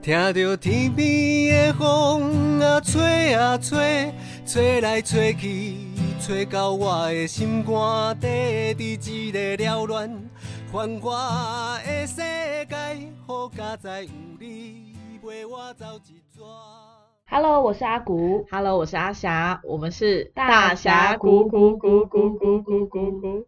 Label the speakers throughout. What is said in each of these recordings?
Speaker 1: 听着天边的风啊吹啊吹，吹来吹去，吹到我的心肝底，伫一个缭乱繁华的世界，好佳哉有你陪我走一逝。
Speaker 2: Hello，我是阿古。
Speaker 3: Hello，我是阿霞，我们是
Speaker 2: 大侠咕咕咕咕咕咕咕咕，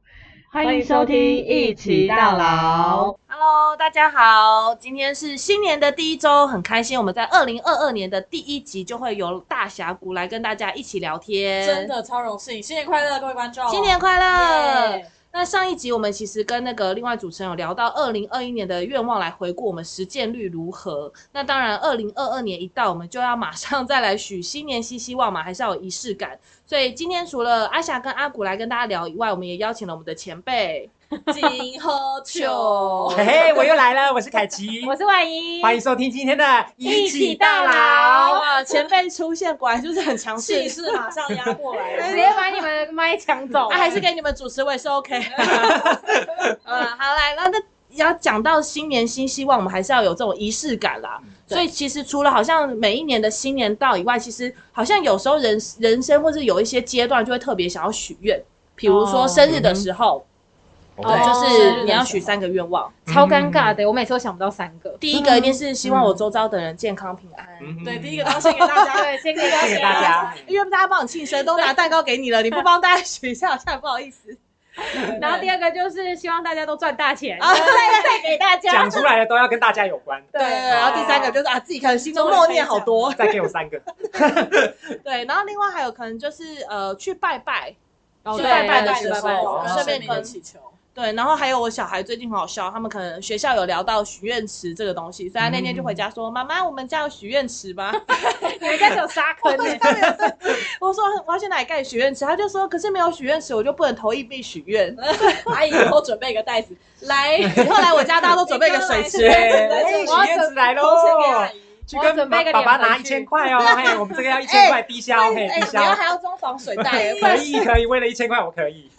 Speaker 2: 欢迎收听《一起到老》。
Speaker 3: Hello，大家好，今天是新年的第一周，很开心，我们在二零二二年的第一集就会由大峡谷来跟大家一起聊天，
Speaker 4: 真，的超荣幸，新年快乐，各位观众，
Speaker 3: 新年快乐。
Speaker 4: 耶
Speaker 3: 那上一集我们其实跟那个另外主持人有聊到二零二一年的愿望，来回顾我们实践率如何。那当然，二零二二年一到，我们就要马上再来许新年新希望嘛，还是要有仪式感。所以今天除了阿霞跟阿古来跟大家聊以外，我们也邀请了我们的前辈，
Speaker 4: 金喝
Speaker 3: 酒
Speaker 4: 酒，
Speaker 5: 嘿嘿，我又来了，我是凯奇，
Speaker 2: 我是万一，
Speaker 5: 欢迎收听今天的《
Speaker 2: 一起到老
Speaker 3: 哇，前辈出现果然就是很强势
Speaker 4: 气，势马上压过来
Speaker 2: 直
Speaker 4: 了，
Speaker 2: 接把你们的麦抢走。
Speaker 3: 啊，还是给你们主持我也是 OK。嗯，好来，那那要讲到新年新希望，我们还是要有这种仪式感啦。
Speaker 2: 嗯
Speaker 4: 对
Speaker 3: 所以其实除了好像每一年的新年到以外，其实好像有时候人人生或是有一些阶段就会特别想要许愿，比如说
Speaker 2: 哦
Speaker 3: 生日的时候，
Speaker 5: 哦
Speaker 3: 对，就
Speaker 2: 生日的时
Speaker 3: 是
Speaker 2: 候嗯
Speaker 3: 你要许三个愿望。
Speaker 2: 超尴尬的，我每次都想不到三个。
Speaker 3: 第一个一定是希望我周遭的人健康平安，
Speaker 5: 嗯
Speaker 4: 对，第一个都要献给大家，
Speaker 2: 对，先给
Speaker 4: 大家
Speaker 5: 谢谢大家。
Speaker 3: 因为大家帮你庆生都拿蛋糕给你了，你不帮大家许一下，好像很不好 意思。
Speaker 2: 然后第二个就是希望大家都赚大钱，
Speaker 3: 啊
Speaker 2: 哎再再给大家。
Speaker 5: 讲出来的都要跟大家有关，
Speaker 3: 对，然后第三个就是啊，自己可能心中默念好多。
Speaker 5: 再给 我三个，
Speaker 3: 对，然后另外还有可能就是呃去拜拜，
Speaker 2: 哦
Speaker 3: 去
Speaker 2: 对
Speaker 3: 拜拜的
Speaker 4: 拜
Speaker 3: 时
Speaker 4: 拜
Speaker 3: 候，
Speaker 4: 然
Speaker 3: 顺
Speaker 4: 后顺
Speaker 3: 便
Speaker 4: 便跟
Speaker 3: 跟
Speaker 4: 祈求，
Speaker 3: 对，然后还有我小孩最近很好笑，他们可能学校有聊到许愿池这个东西，所以他那天就回家说：“妈妈，我们家有许愿池吗
Speaker 2: 你们家只有沙坑呢，
Speaker 3: 欸我说：“我要去哪里盖许愿池？”他就说：“可是没有许愿池，我就不能投硬币许愿。
Speaker 4: 阿姨以后准备一个袋子来，”
Speaker 3: 后来我家大家都准备一个水 池，
Speaker 5: 哎，许愿池来
Speaker 4: 投钱给
Speaker 5: 喽
Speaker 4: 阿！姨，
Speaker 5: 去跟爸爸爸拿一千块哦， 嘿，我们这个要一千块低
Speaker 2: 哎
Speaker 5: 消，嘿，低
Speaker 3: 你要
Speaker 5: 消，
Speaker 3: 还要装防水 袋，不
Speaker 5: 可
Speaker 3: 然
Speaker 5: 以可以，为了一千块我可以，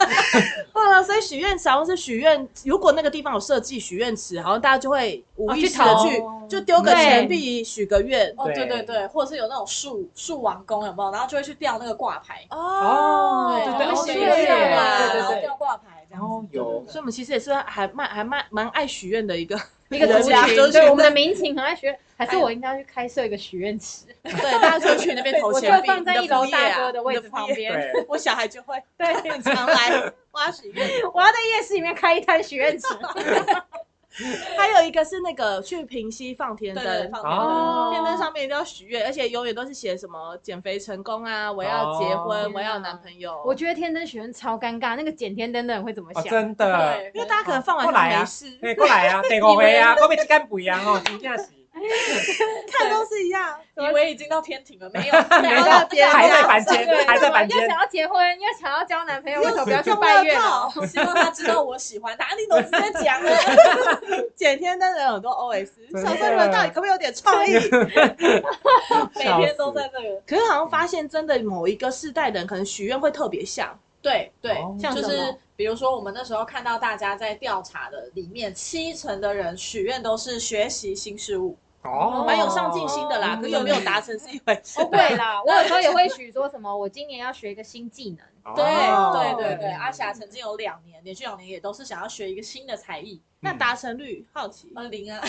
Speaker 3: 对了，所以许愿池好像是许愿，如果那个地方有设计许愿池，好像大家就会无意识的
Speaker 2: 哦
Speaker 3: 去
Speaker 2: 去
Speaker 4: 投
Speaker 3: 就丢个钱
Speaker 2: 对
Speaker 3: 币许个愿。
Speaker 4: 哦，对对
Speaker 5: 对
Speaker 4: 对，或者是有那种树树王宫有没有？然后就会去吊那个挂牌，
Speaker 5: 哦对
Speaker 2: 对
Speaker 4: 然后
Speaker 2: 对
Speaker 4: 许
Speaker 2: 对
Speaker 4: 愿
Speaker 2: 对
Speaker 4: 啊，
Speaker 2: 对
Speaker 4: 然后
Speaker 5: 对
Speaker 4: 吊挂牌这样子，
Speaker 5: 有
Speaker 3: 所以我们其实也是还蛮还蛮蛮爱许愿的一个
Speaker 2: 一个
Speaker 3: 人
Speaker 2: 族
Speaker 3: 家
Speaker 2: 群。
Speaker 3: 族
Speaker 2: 对，
Speaker 3: 群
Speaker 2: 我们的民情很爱许愿，还是我应该去开设一个许愿池，
Speaker 3: 对，大家就去那边投
Speaker 2: 我就
Speaker 3: 钱
Speaker 2: 会
Speaker 3: 币。
Speaker 2: 放在一楼大哥的
Speaker 3: 的
Speaker 2: 位置旁。边。
Speaker 5: 对，
Speaker 3: 我小孩就会
Speaker 2: 对，
Speaker 3: 很常来挖许愿。
Speaker 2: 我要在夜市里面开一摊许愿池。
Speaker 3: 还有一个是那个去平溪放天
Speaker 4: 对对，
Speaker 3: 灯。
Speaker 4: 放
Speaker 5: 哦
Speaker 3: 天灯上面一定要许愿，而且永远都是写什么减肥成功啊，我要结婚，
Speaker 2: 哦
Speaker 3: 我要有男朋友。
Speaker 2: 我觉得天灯许愿超尴尬，那个剪天灯的人会怎么
Speaker 5: 哦，
Speaker 2: 想？
Speaker 5: 真的，
Speaker 4: 因
Speaker 3: 因为
Speaker 4: 为
Speaker 3: 大
Speaker 4: 大
Speaker 3: 家可能放完
Speaker 5: 过来
Speaker 3: 就
Speaker 5: 啊
Speaker 3: 没事，
Speaker 5: 嘿，过来啊，第五回啊，我被一干肥啊，哦，真正是，
Speaker 3: 看都是一样。
Speaker 4: 以为已经到天庭了，没有，
Speaker 5: 没
Speaker 3: 然后
Speaker 5: 到
Speaker 3: 在边
Speaker 5: 还在
Speaker 3: 上
Speaker 5: 凡间，还在凡
Speaker 2: 又
Speaker 5: 间，
Speaker 2: 想要结婚，又想要交男朋友，为什么不要去
Speaker 3: 中
Speaker 2: 拜
Speaker 3: 乐
Speaker 2: 月老？
Speaker 3: 透，
Speaker 4: 希望他知道我喜欢他，你都直接讲了。
Speaker 3: 剪天灯的人很多 OS，
Speaker 5: 真的
Speaker 3: 想说你们到底可不可以有点创意？
Speaker 4: 每天都在这个。
Speaker 3: 可是好像发现真的某一个世代的人，可能许愿会特别像。
Speaker 4: 对对
Speaker 5: 哦，
Speaker 3: 像
Speaker 4: 就
Speaker 3: 什么
Speaker 4: 是比如说我们那时候看到大家在调查的里面，七成的人许愿都是学习新事物，
Speaker 5: 哦，
Speaker 3: 蛮有上进心的啦，
Speaker 5: 嗯
Speaker 3: 可有没有达成是一回事
Speaker 2: 哦，。对啦，我有时候也会许说什么，我今年要学一个新技能。
Speaker 4: 对
Speaker 5: 哦
Speaker 4: 对对对，阿霞曾经有两年，连续两年也都是想要学一个新的才艺，
Speaker 3: 那达成率好奇
Speaker 4: 呃零啊，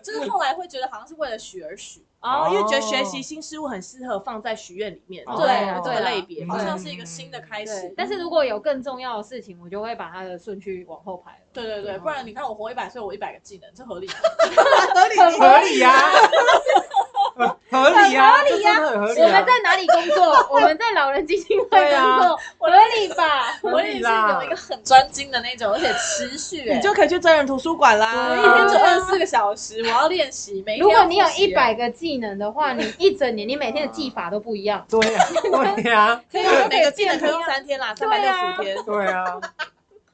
Speaker 4: 就是后来会觉得好像是为了许而许，
Speaker 3: 哦，
Speaker 5: 哦
Speaker 3: 因为觉得学习新事物很适合放在许愿里面，
Speaker 5: 哦
Speaker 3: 对
Speaker 2: 对啊
Speaker 3: 这
Speaker 2: 对
Speaker 3: 个
Speaker 2: 啊
Speaker 3: 类别。
Speaker 4: 好
Speaker 5: 嗯
Speaker 4: 像是一个新的开始
Speaker 2: 对，。但是如果有更重要的事情，我就会把它的顺序往后排了。
Speaker 4: 对对对，不然你看我活一百岁，我一百个技能，这合 理吗？
Speaker 5: 合理呀、合理呀、合理呀、合理
Speaker 2: 我们
Speaker 5: 呀、
Speaker 2: 在哪里工 作？我们在老人基金会
Speaker 5: 对
Speaker 2: 工
Speaker 5: 啊
Speaker 2: 作，合理 吧？
Speaker 4: 我
Speaker 5: 合
Speaker 4: 也
Speaker 5: 理
Speaker 4: 是
Speaker 5: 啦
Speaker 4: 有一个很专精的那种，而且持续、欸，
Speaker 3: 你就可以去真人图书馆
Speaker 4: 我
Speaker 3: 啦。
Speaker 4: 一
Speaker 5: 对
Speaker 4: 天
Speaker 5: 啊
Speaker 4: 只有二十四个小时，我要练习。每一
Speaker 2: 如
Speaker 4: 天
Speaker 2: 果
Speaker 4: 要
Speaker 2: 你有
Speaker 4: 复习
Speaker 2: 一，百个技能的话，你一整年，你每天的技法都不一 样。
Speaker 5: 对呀、对呀、
Speaker 3: 可以用每个技能可以用三天啦，三百
Speaker 2: 对
Speaker 3: 六
Speaker 2: 啊
Speaker 3: 十天。
Speaker 5: 对呀、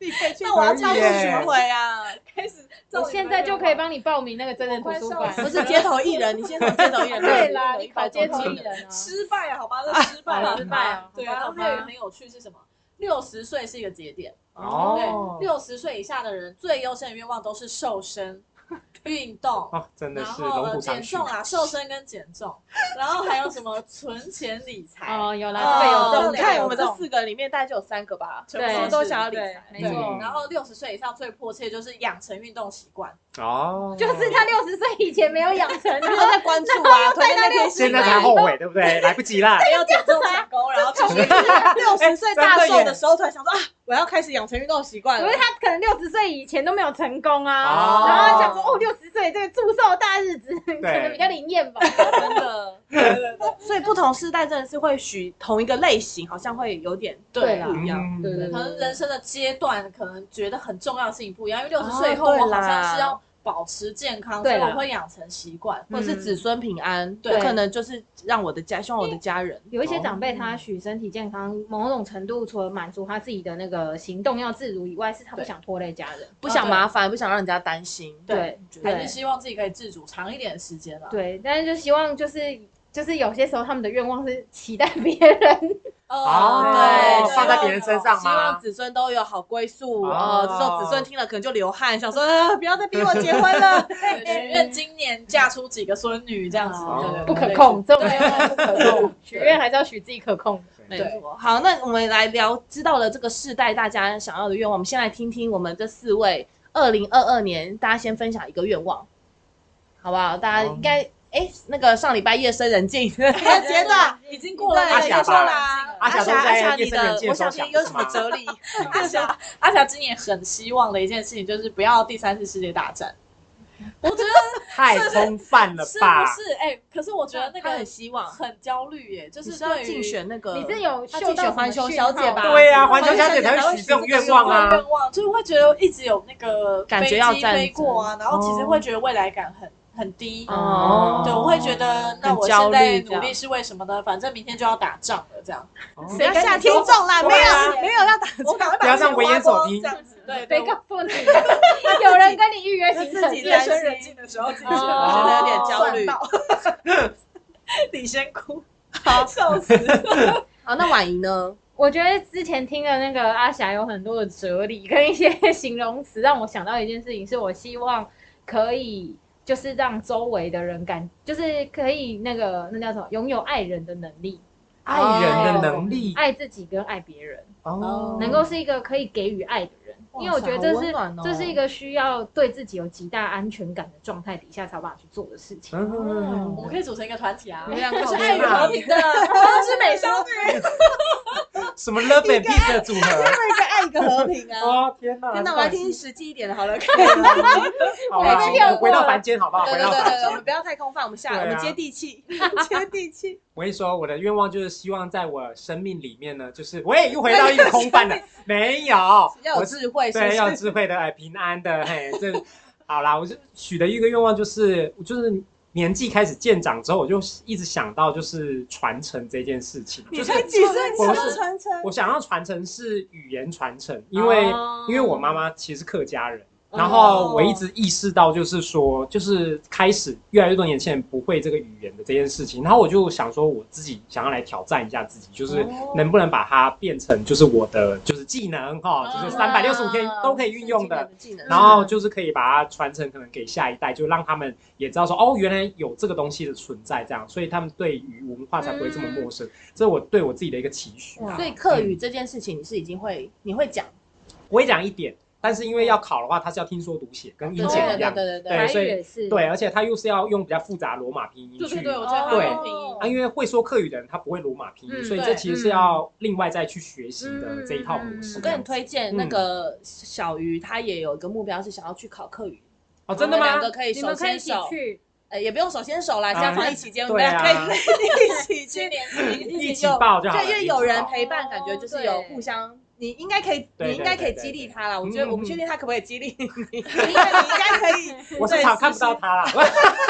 Speaker 3: 你可以去
Speaker 4: 那我要
Speaker 3: 超度
Speaker 5: 可以耶
Speaker 3: 巡回啊，
Speaker 4: 开始，
Speaker 2: 我现在就可以帮你报名那个真人图书
Speaker 4: 我
Speaker 2: 馆
Speaker 4: 快。笑
Speaker 3: 不是街头艺人，你先从街头艺人。
Speaker 2: 对啦，你考
Speaker 3: 考
Speaker 2: 街头艺人啊，
Speaker 4: 失败啊，好吧， 这失败了，
Speaker 2: 失败啊
Speaker 4: 对，
Speaker 2: 好吧
Speaker 4: 然后
Speaker 2: 好吧
Speaker 4: 还有一个很有趣是什么？六十岁是一个节点，
Speaker 5: 哦
Speaker 4: 对，六十岁以下的人最优先的愿望都是瘦身，运动，
Speaker 5: 哦，真的
Speaker 4: 然
Speaker 5: 是
Speaker 4: 后
Speaker 5: 龙
Speaker 4: 呃
Speaker 5: 虎
Speaker 4: 减
Speaker 5: 长
Speaker 4: 重啦，瘦身跟减重，然后还有什么存钱理财，
Speaker 2: 哦，有
Speaker 4: 哦
Speaker 2: 啦，这个有
Speaker 4: 这
Speaker 2: 中，
Speaker 3: 你
Speaker 4: 里
Speaker 3: 看
Speaker 4: 有
Speaker 3: 我们这
Speaker 4: 中
Speaker 3: 四个里面大概就有三个吧，全
Speaker 2: 对
Speaker 3: 部都想要理
Speaker 4: 对
Speaker 3: 财，
Speaker 4: 没
Speaker 5: 错
Speaker 4: 错。
Speaker 5: 嗯
Speaker 4: 然后六十岁以上最迫切就是养成运动习惯，
Speaker 5: 哦，
Speaker 6: 就是他六十岁以前没有养成，
Speaker 4: 没有在关注啊，推荐那天
Speaker 5: 现在才后悔，对不对？来不及啦。
Speaker 4: 没有减重成功，然后就是 六十岁大瘦的时候，突然想说啊，我要开始养成运动习惯了
Speaker 6: 因为。他可能六十岁以前都没有成功啊，
Speaker 5: 哦
Speaker 6: 然后想说哦，六十岁这个祝寿大日子可能比较灵验吧。
Speaker 3: 真的。所以不同世代真的是会许同一个类型，好像会有点
Speaker 4: 对
Speaker 3: 不一样。
Speaker 5: 嗯
Speaker 2: 对对
Speaker 4: 可
Speaker 2: 对
Speaker 4: 能人生的阶段，可能觉得很重要的事情不一样，因为六十
Speaker 3: 哦
Speaker 4: 岁后我
Speaker 3: 对
Speaker 4: 好
Speaker 3: 啦
Speaker 4: 像是要保持健康，所
Speaker 2: 对
Speaker 4: 以
Speaker 2: 啦
Speaker 4: 我会养成习惯。
Speaker 3: 或者是子孙平安，
Speaker 4: 对
Speaker 3: 我可能就是让我的家，希望我的家人
Speaker 5: 哦
Speaker 6: 有一些长辈他许身体健康，某种程度除了满足他自己的那个行动要自如以外，是他不想拖累家人。
Speaker 3: 不想麻烦，不想让人家担心。
Speaker 6: 对
Speaker 4: 还
Speaker 6: 对
Speaker 4: 是希望自己可以自主长一点的时间啦。
Speaker 6: 对，但是就希望就是就是有些时候他们的愿望是期待别人，
Speaker 5: 哦
Speaker 4: 呃对，
Speaker 5: 放在别人身上
Speaker 3: 希望
Speaker 5: 吗？
Speaker 3: 子孙都有好归宿。
Speaker 5: 哦
Speaker 3: 呃，这时候子孙听了可能就流汗，想说啊，不要再逼我结婚 了。
Speaker 4: 对许愿今年嫁出几个孙女这样子，
Speaker 5: 哦
Speaker 4: 对对对
Speaker 6: 不可
Speaker 4: 对
Speaker 6: 控，这种
Speaker 4: 对
Speaker 6: 愿望不可控， 许愿还是要许自己可控的。
Speaker 3: 没
Speaker 4: 对
Speaker 3: 错。好，那我们来聊，知道了这个世代大家想要的愿望，我们先来听听我们这四位二零二二年，大家先分享一个愿望，好不好？大家应
Speaker 5: 哦
Speaker 3: 该哎、那个上礼拜夜深人 静，
Speaker 4: 真
Speaker 3: 真的
Speaker 4: 的已经过了
Speaker 3: 对
Speaker 4: 那个
Speaker 5: 阿霞
Speaker 4: 说
Speaker 5: 吧
Speaker 4: 啦，
Speaker 5: 阿霞
Speaker 3: 霞，
Speaker 5: 都在
Speaker 3: 阿霞，
Speaker 5: 夜
Speaker 3: 你
Speaker 5: 深人
Speaker 3: 的
Speaker 5: 静
Speaker 3: 我
Speaker 5: 的时
Speaker 3: 想
Speaker 5: 候想
Speaker 3: 听有什么
Speaker 5: 是吗
Speaker 3: 哲理？
Speaker 4: 阿霞，阿霞今年很希望的一件事情就是不要第三次世界大战。我觉得
Speaker 5: 太空泛了
Speaker 4: 是
Speaker 5: 吧
Speaker 4: 不？是？哎、可是我觉得那
Speaker 3: 他
Speaker 4: 个
Speaker 3: 很希望，
Speaker 4: 很焦虑耶，就
Speaker 3: 就是是要
Speaker 4: 对于
Speaker 3: 竞选那个，
Speaker 6: 你是有
Speaker 3: 嗯他
Speaker 6: 嗅
Speaker 3: 竞选
Speaker 6: 到
Speaker 3: 环球
Speaker 6: 什
Speaker 3: 小
Speaker 6: 么
Speaker 3: 姐
Speaker 6: 讯号
Speaker 3: 吧？
Speaker 5: 对啊，
Speaker 3: 啊，
Speaker 5: 环球小姐才会许这种愿望啊。
Speaker 4: 愿望，就是会觉得一直有那个
Speaker 3: 感觉要
Speaker 4: 飞机飞过啊，然后其实会觉得未来感很很低。
Speaker 3: 哦
Speaker 4: 对，我会觉得，那
Speaker 3: 很
Speaker 4: 我
Speaker 3: 焦
Speaker 4: 现在
Speaker 3: 虑这
Speaker 4: 努力
Speaker 3: 样。
Speaker 4: 是为什么呢？反正明天就要打仗了，这 样。
Speaker 5: 哦
Speaker 3: 不要吓听众啦，没
Speaker 5: 对啊
Speaker 3: 有没有要打
Speaker 4: 我赶快把
Speaker 5: 不要让
Speaker 4: 钱
Speaker 5: 危言
Speaker 4: 花光
Speaker 5: 耸听
Speaker 4: 这样子。对，对
Speaker 6: 谁告诉你？有人跟你预约行
Speaker 4: 自
Speaker 6: 程
Speaker 4: 己
Speaker 3: 在
Speaker 4: 夜
Speaker 6: 对
Speaker 4: 深人静的时候，自己觉
Speaker 6: 哦
Speaker 3: 觉得有点
Speaker 4: 得
Speaker 3: 焦虑
Speaker 4: 算到。你先哭，好笑死。
Speaker 3: 啊，那婉莹呢？
Speaker 6: 我觉得之前听的那个阿霞有很多的哲理跟一些形容词，让我想到一件事情，是我希望可以就是让周围的人感，就是可以那个那叫什么，拥有爱人的能力，
Speaker 5: 爱人的能力
Speaker 6: 爱自己跟爱别人，
Speaker 5: 哦，
Speaker 6: 能够是一个可以给予爱的人，因为我觉得这
Speaker 3: 哇塞好温
Speaker 6: 是、
Speaker 3: 暖哦
Speaker 6: 这是一个需要对自己有极大安全感的状态底下才有办法去做的事情。
Speaker 5: 嗯
Speaker 4: 我们可以组成一个团体啊，
Speaker 3: 没有靠
Speaker 4: 是
Speaker 3: 边
Speaker 4: 爱与
Speaker 3: 吧
Speaker 4: 和平的，我是美少女，
Speaker 5: 什么 love and peace 的组合？。
Speaker 3: 一个爱一个和平
Speaker 5: 哦天哪！
Speaker 3: 天哪，我来听实际一点的好了。可以
Speaker 5: 好啦，
Speaker 6: 我已经跳过
Speaker 5: 我回
Speaker 6: 了
Speaker 5: 到凡间好不好？
Speaker 3: 对
Speaker 5: 回
Speaker 3: 对
Speaker 5: 到
Speaker 3: 对
Speaker 5: 凡
Speaker 3: 对，我
Speaker 5: 间。
Speaker 3: 们不要太空泛，我们下，
Speaker 5: 对啊
Speaker 3: 我们接地气，接地气。
Speaker 5: 我跟你说，我的愿望就是希望在我生命里面呢，就是我也又回到一个空泛的，没有，
Speaker 3: 要有
Speaker 5: 我
Speaker 3: 智慧，是不
Speaker 5: 对，要有
Speaker 3: 是？
Speaker 5: 智慧的，哎，平安的，嘿，这 好啦，我就许的一个愿望就是，就是年纪开始渐长之后，我就一直想到就是传承这件事情，就是
Speaker 3: 几岁
Speaker 5: 你才
Speaker 3: 传承？
Speaker 5: 我想要传承是语言传承，因为、
Speaker 6: 哦
Speaker 5: 因为我妈妈其实是客家人。
Speaker 3: 哦
Speaker 5: 然后我一直意识到，就是说，就是开始越来越多年轻人不会这个语言的这件事情。然后我就想说，我自己想要来挑战一下自己，就是
Speaker 3: 哦
Speaker 5: 能不能把它变成就是我的就是技能哈、就是三百六十
Speaker 3: 嗯
Speaker 5: 五天都可以运用的。
Speaker 3: 技能。
Speaker 5: 然后就是可以把它传承，可能给下一代，就让他们也知道说，哦，原来有这个东西的存在，这样，所以他们对于文化才不会这么陌生。这是我对我自己的一个期许啊。
Speaker 3: 所以客语这件事情，你是已经会，你会讲，
Speaker 5: 我会讲一点，但是因为要考的话，它是要听说读写，跟
Speaker 3: 对
Speaker 5: 英
Speaker 3: 对
Speaker 5: 检一
Speaker 3: 对
Speaker 5: 样。
Speaker 3: 对对
Speaker 5: 对
Speaker 6: 台
Speaker 5: 所
Speaker 6: 语
Speaker 5: 以
Speaker 6: 也是，哦
Speaker 5: 对，而且它又是要用比较复杂罗马拼音
Speaker 4: 对
Speaker 5: 去
Speaker 4: 对。对，我觉得
Speaker 6: 对
Speaker 4: 还有拼音。
Speaker 5: 啊，因为会说客语的人他不会罗马拼音，
Speaker 6: 嗯
Speaker 5: 所以
Speaker 4: 对
Speaker 5: 这其实是要另外再去学习的
Speaker 6: 嗯
Speaker 5: 这一套模式。
Speaker 3: 我跟你推荐那个小鱼，他也有一个目标是想要去考课语，
Speaker 5: 哦，真的
Speaker 3: 我们两
Speaker 5: 吗？
Speaker 3: 个可以
Speaker 6: 你
Speaker 3: 手
Speaker 6: 们可
Speaker 3: 牵
Speaker 6: 以一起
Speaker 3: 手，
Speaker 6: 去。
Speaker 3: 呃，也不用手牵手啦，
Speaker 5: 啊
Speaker 3: 下防疫期间我们
Speaker 5: 对
Speaker 3: 俩 可
Speaker 5: 啊
Speaker 3: 以，
Speaker 4: 一起去年轻
Speaker 5: 一起
Speaker 3: 有
Speaker 5: 报就好
Speaker 3: 就
Speaker 5: 了。
Speaker 3: 因为
Speaker 5: 一起
Speaker 3: 有人
Speaker 5: 报
Speaker 3: 陪伴，感觉就是有互相，你应该可以，
Speaker 5: 对
Speaker 3: 你应该可以
Speaker 5: 对对
Speaker 3: 激励
Speaker 5: 对
Speaker 3: 他啦。我觉
Speaker 5: 嗯
Speaker 3: 得我不
Speaker 5: 嗯
Speaker 3: 确定他可不可以激励你， 你应该你应该可以，
Speaker 5: 我是常看不到他啦。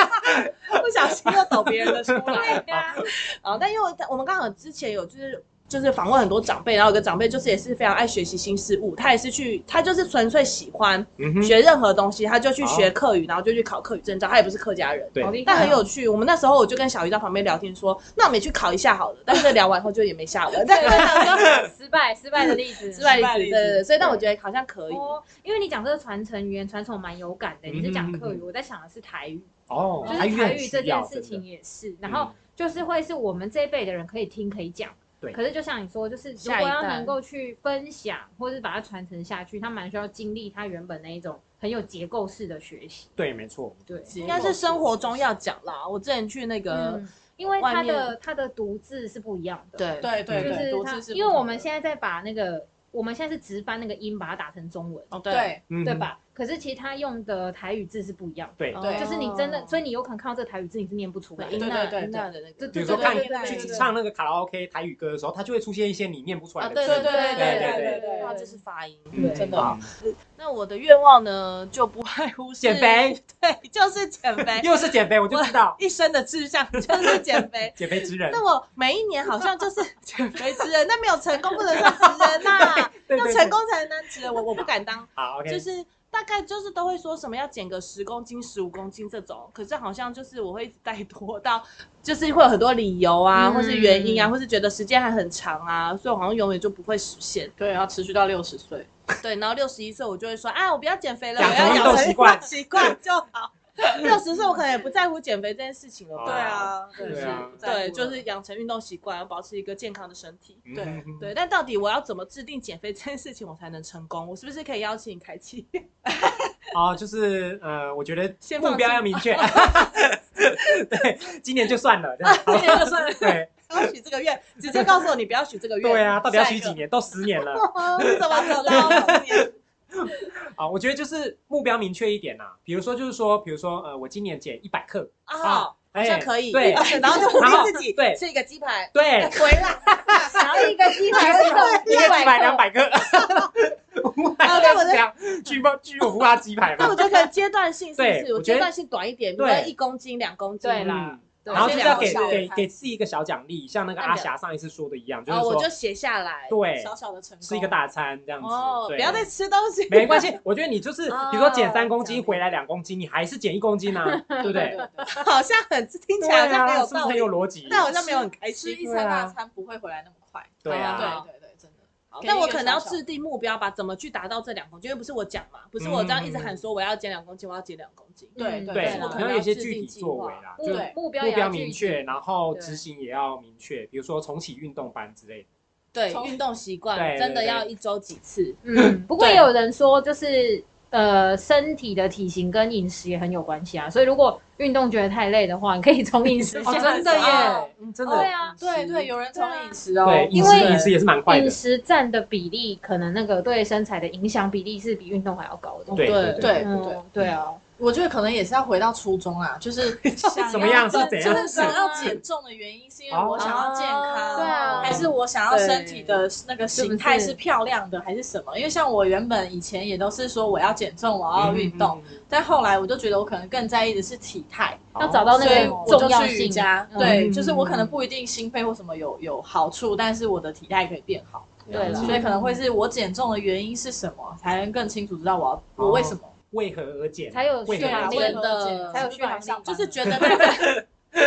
Speaker 3: 不小心又抖别人的出来。哦
Speaker 6: 对呀，
Speaker 3: 啊，但因为我我们刚好之前有就是就是访问很多长辈，然后有个长辈就是也是非常爱学习新事物，他也是去，他就是纯粹喜欢
Speaker 5: 嗯哼，
Speaker 3: 学任何东西，他就去
Speaker 5: 哦
Speaker 3: 学客语，然后就去考客语证照，他也不是客家人。
Speaker 5: 对
Speaker 6: 好厉害哦
Speaker 3: 但很有趣，我们那时候我就跟小鱼在旁边聊天说，那我们也去考一下好了。但是聊完后就也没下文，但是想说
Speaker 6: 失败失败的例子，
Speaker 3: 之外
Speaker 4: 失败
Speaker 3: 例
Speaker 4: 例
Speaker 3: 子，对
Speaker 4: 子
Speaker 3: 对对，所以但我觉得好像可以。
Speaker 6: 哦，因为你讲这个传承语言传统蛮有感
Speaker 5: 嗯
Speaker 6: 的，你是讲客语，我在想的是台语，
Speaker 5: 哦，
Speaker 6: 就是
Speaker 5: 台语
Speaker 6: 台
Speaker 5: 很
Speaker 6: 语这
Speaker 5: 需
Speaker 6: 件
Speaker 5: 要
Speaker 6: 事
Speaker 5: 真
Speaker 6: 情
Speaker 5: 的嗯
Speaker 6: 也是，然后就是会是我们这一辈的人可以听可以讲。
Speaker 5: 对
Speaker 6: 可是就像你说，就是如
Speaker 3: 下一
Speaker 6: 果要
Speaker 3: 代
Speaker 6: 能够去分享，或是把它传承下去，他蛮需要经历他原本那一种很有结构式的学习。
Speaker 5: 对，没错，
Speaker 6: 对，
Speaker 3: 应该是生活中要讲啦。我之前去那个，
Speaker 6: 嗯，因为他
Speaker 3: 外
Speaker 6: 的他的读字是不一样的。
Speaker 3: 对
Speaker 4: 对对对，独
Speaker 6: 就
Speaker 4: 自
Speaker 6: 是
Speaker 4: 是
Speaker 6: 他，因为我们现在在把那个，我们现在是直翻那个音，把它打成中文，
Speaker 3: 哦
Speaker 4: 在对
Speaker 5: 嗯
Speaker 6: 对？吧？可是其实它用的台语字是不一样的，
Speaker 5: 对
Speaker 3: 哦
Speaker 4: 对
Speaker 6: 就是你真的，所以你有可能看到这台语字，你是念不出来
Speaker 3: 英
Speaker 6: 的。
Speaker 3: 娜
Speaker 4: 对对对
Speaker 3: 英娜的那个，
Speaker 5: 比
Speaker 6: 对
Speaker 5: 如说
Speaker 6: 对
Speaker 5: 看
Speaker 6: 对对
Speaker 5: 去
Speaker 6: 对对
Speaker 5: 唱那个卡拉 OK 台语歌的时候，它就会出现一些你念不出来
Speaker 3: 啊，
Speaker 5: 的
Speaker 3: 对
Speaker 5: 字。
Speaker 3: 对对
Speaker 5: 对
Speaker 3: 对
Speaker 5: 对
Speaker 3: 对
Speaker 4: 对
Speaker 3: 哇，这是发音。
Speaker 5: 嗯
Speaker 6: 对
Speaker 4: 真的。
Speaker 5: 嗯
Speaker 3: 那我的愿望呢，就不外乎是
Speaker 5: 减，肥，，
Speaker 3: 对，就是减肥
Speaker 5: 又是减肥，我就 知道
Speaker 3: 一生的志向就是减肥。
Speaker 5: 减肥之人。
Speaker 3: 那我每一年好像就是减肥职人，那没有成功不能算职人呐、
Speaker 5: 对
Speaker 3: 要
Speaker 5: 对
Speaker 3: 成
Speaker 5: 对，
Speaker 3: 功才能当职人，我我不敢当，
Speaker 5: 好 OK，
Speaker 3: 就是大概就是都会说什么要减个十公斤、十五公斤这种，可是好像就是我会一直带多到，就是会有很多理由啊，
Speaker 6: 嗯
Speaker 3: 或是原因啊，或是觉得时间还很长啊，所以我好像永远就不会实现
Speaker 4: 对要持续到六十岁，
Speaker 3: 对，然后六十一岁我就会说啊，我不要减肥了，我
Speaker 5: 养成
Speaker 3: 要
Speaker 5: 运
Speaker 3: 养
Speaker 5: 动
Speaker 3: 成
Speaker 5: 习惯
Speaker 3: 习惯就好。 六十岁我可能也不在乎减肥这件事情了吧？
Speaker 5: 对啊，
Speaker 4: 对
Speaker 5: 对啊
Speaker 4: 是不在乎
Speaker 3: 对，
Speaker 4: 了
Speaker 3: 就是养成运动习惯，保持一个健康的身体。
Speaker 5: 嗯
Speaker 4: 对
Speaker 5: 嗯
Speaker 3: 对，但到底我要怎么制定减肥这件事情，我才能成功？我是不是可以邀请凯奇？
Speaker 5: 哦，就是呃，我觉得
Speaker 3: 先放
Speaker 5: 目标
Speaker 3: 弃
Speaker 5: 要明 确。对，今年就算了，这样好吧
Speaker 3: 今年就算了
Speaker 5: 对
Speaker 3: 不要许这个愿，直接告诉我你不要许这个愿。
Speaker 5: 对啊，到底要
Speaker 3: 下一
Speaker 5: 许
Speaker 3: 个
Speaker 5: 几？年？都十 年了
Speaker 3: 你怎么走到十年？
Speaker 5: 啊！我觉得就是目标明确一点呐，比如说就是说，比如说呃，我今年减一百克
Speaker 3: 啊，，
Speaker 5: 哎
Speaker 3: 这样可以。
Speaker 5: 对
Speaker 3: 然后就鼓励自己
Speaker 5: 对
Speaker 3: 吃一个鸡排，
Speaker 5: 对，
Speaker 3: 回来。
Speaker 6: 然后一个鸡排会送
Speaker 5: 一个鸡排两
Speaker 6: 百
Speaker 5: 百 克，
Speaker 3: 啊
Speaker 5: 五百克
Speaker 3: 对我
Speaker 5: 两
Speaker 3: 的
Speaker 5: 箱，巨包巨有五花鸡排
Speaker 3: 那我
Speaker 5: 嘛。
Speaker 3: 觉得可能阶段性是
Speaker 5: 对
Speaker 3: 不是？我
Speaker 5: 我觉得
Speaker 3: 阶段性短一点，比如
Speaker 5: 对
Speaker 3: 说一公斤、两公斤。哦
Speaker 6: 对啦
Speaker 5: 嗯，
Speaker 6: 克，
Speaker 5: 然后
Speaker 3: 这
Speaker 5: 就是
Speaker 3: 两
Speaker 5: 要
Speaker 3: 个
Speaker 5: 给
Speaker 3: 小
Speaker 5: 给
Speaker 4: 看
Speaker 5: 给自己一个小奖励，像那个
Speaker 3: 那
Speaker 5: 阿
Speaker 3: 两
Speaker 5: 霞上一次说的一样，就是
Speaker 3: 哦，我就
Speaker 5: 说
Speaker 3: 写下来。
Speaker 5: 对，
Speaker 4: 小小的成功，
Speaker 5: 吃一个大餐这样子。
Speaker 3: 哦，
Speaker 5: 对
Speaker 3: 不要再吃东西。
Speaker 5: 没关系，我觉得你就是
Speaker 3: 哦
Speaker 5: 比如说减三公
Speaker 3: 奖
Speaker 5: 斤
Speaker 3: 励
Speaker 5: 回来两公斤，你还是减一公斤啊，对不对？
Speaker 3: 好像很听起
Speaker 5: 对
Speaker 3: 来好像
Speaker 5: 啊，
Speaker 3: 很有
Speaker 5: 是不
Speaker 3: 道
Speaker 5: 是很
Speaker 3: 理
Speaker 5: 有，逻辑？
Speaker 3: 但好像没有很开
Speaker 4: 吃
Speaker 3: 心。啊
Speaker 4: 一餐大餐不会回来那么快，
Speaker 5: 对啊，
Speaker 3: 好
Speaker 4: 对对对，真的。
Speaker 3: 但我可能要
Speaker 4: 吃
Speaker 3: 制定目标吧，怎么去达到这两公斤？因为不是我讲嘛，不是我这样一直喊说我要减两公斤，我要减两公斤。
Speaker 4: 对
Speaker 6: 嗯
Speaker 4: 对
Speaker 5: 对，
Speaker 3: 对啦
Speaker 5: 可能有一些具体作为啊啦，
Speaker 6: 目
Speaker 5: 就是
Speaker 4: 对
Speaker 6: 目标
Speaker 5: 目
Speaker 6: 也要
Speaker 5: 标
Speaker 6: 具
Speaker 5: 明
Speaker 6: 体
Speaker 5: 确，然后执
Speaker 6: 对
Speaker 5: 行也要明确，比如说重启运动班之类的。
Speaker 3: 对，
Speaker 4: 从
Speaker 3: 运动习惯
Speaker 5: 对
Speaker 3: 真的
Speaker 5: 对对
Speaker 3: 要一周几次。
Speaker 6: 嗯，不过
Speaker 3: 对
Speaker 6: 也有人说，就是呃，身体的体型跟饮食也很有关系啊。所以如果运动觉得太累的话，你可以从饮食
Speaker 5: 哦，
Speaker 6: 先。
Speaker 5: 真的
Speaker 4: 哦
Speaker 5: 耶，嗯真
Speaker 6: 对
Speaker 5: 的，
Speaker 6: 啊，
Speaker 4: 对对，有人从
Speaker 6: 对啊
Speaker 4: 饮食哦，
Speaker 5: 对，饮
Speaker 6: 因
Speaker 5: 食
Speaker 6: 为
Speaker 5: 饮食也是蛮快的
Speaker 6: 饮。食占的比例，可能那个对身材的影响比例是比运动还要高的。
Speaker 5: 对
Speaker 3: 对
Speaker 4: 对对对
Speaker 6: 嗯，对啊，
Speaker 4: 我觉得可能也是要回到初衷啦， 就是想
Speaker 5: 怎么样
Speaker 4: 要
Speaker 5: 是怎样
Speaker 4: 就是想要减重的原因是因为我想要健康，
Speaker 3: 哦
Speaker 6: 对啊
Speaker 4: 还是我想要身体的那个形态是漂亮的，还是什么？因为像我原本以前也都是说我要减重，我要运动，
Speaker 5: 嗯，
Speaker 4: 但后来我就觉得我可能更在意的是体态，
Speaker 6: 要找到那
Speaker 4: 所以
Speaker 6: 个
Speaker 4: 我
Speaker 6: 重
Speaker 4: 就
Speaker 6: 要
Speaker 4: 去
Speaker 6: 性
Speaker 4: 瑜。伽。
Speaker 6: 嗯
Speaker 4: 对，就是我可能不一定心肺或什么有有好处，但是我的体态可以变好，
Speaker 6: 对了
Speaker 5: 了解
Speaker 4: 所以可能会是我减重的原因是什么，才能更清楚知道我要我为什么。
Speaker 5: 为何而减？啊
Speaker 6: 才有
Speaker 5: 为
Speaker 6: 血
Speaker 5: 何
Speaker 6: 糖
Speaker 5: 而
Speaker 4: 啊为
Speaker 5: 减？
Speaker 3: 真
Speaker 4: 何
Speaker 3: 的
Speaker 4: 而减
Speaker 6: 才有
Speaker 4: 是不是
Speaker 6: 去
Speaker 4: 上班
Speaker 3: 就是觉得大家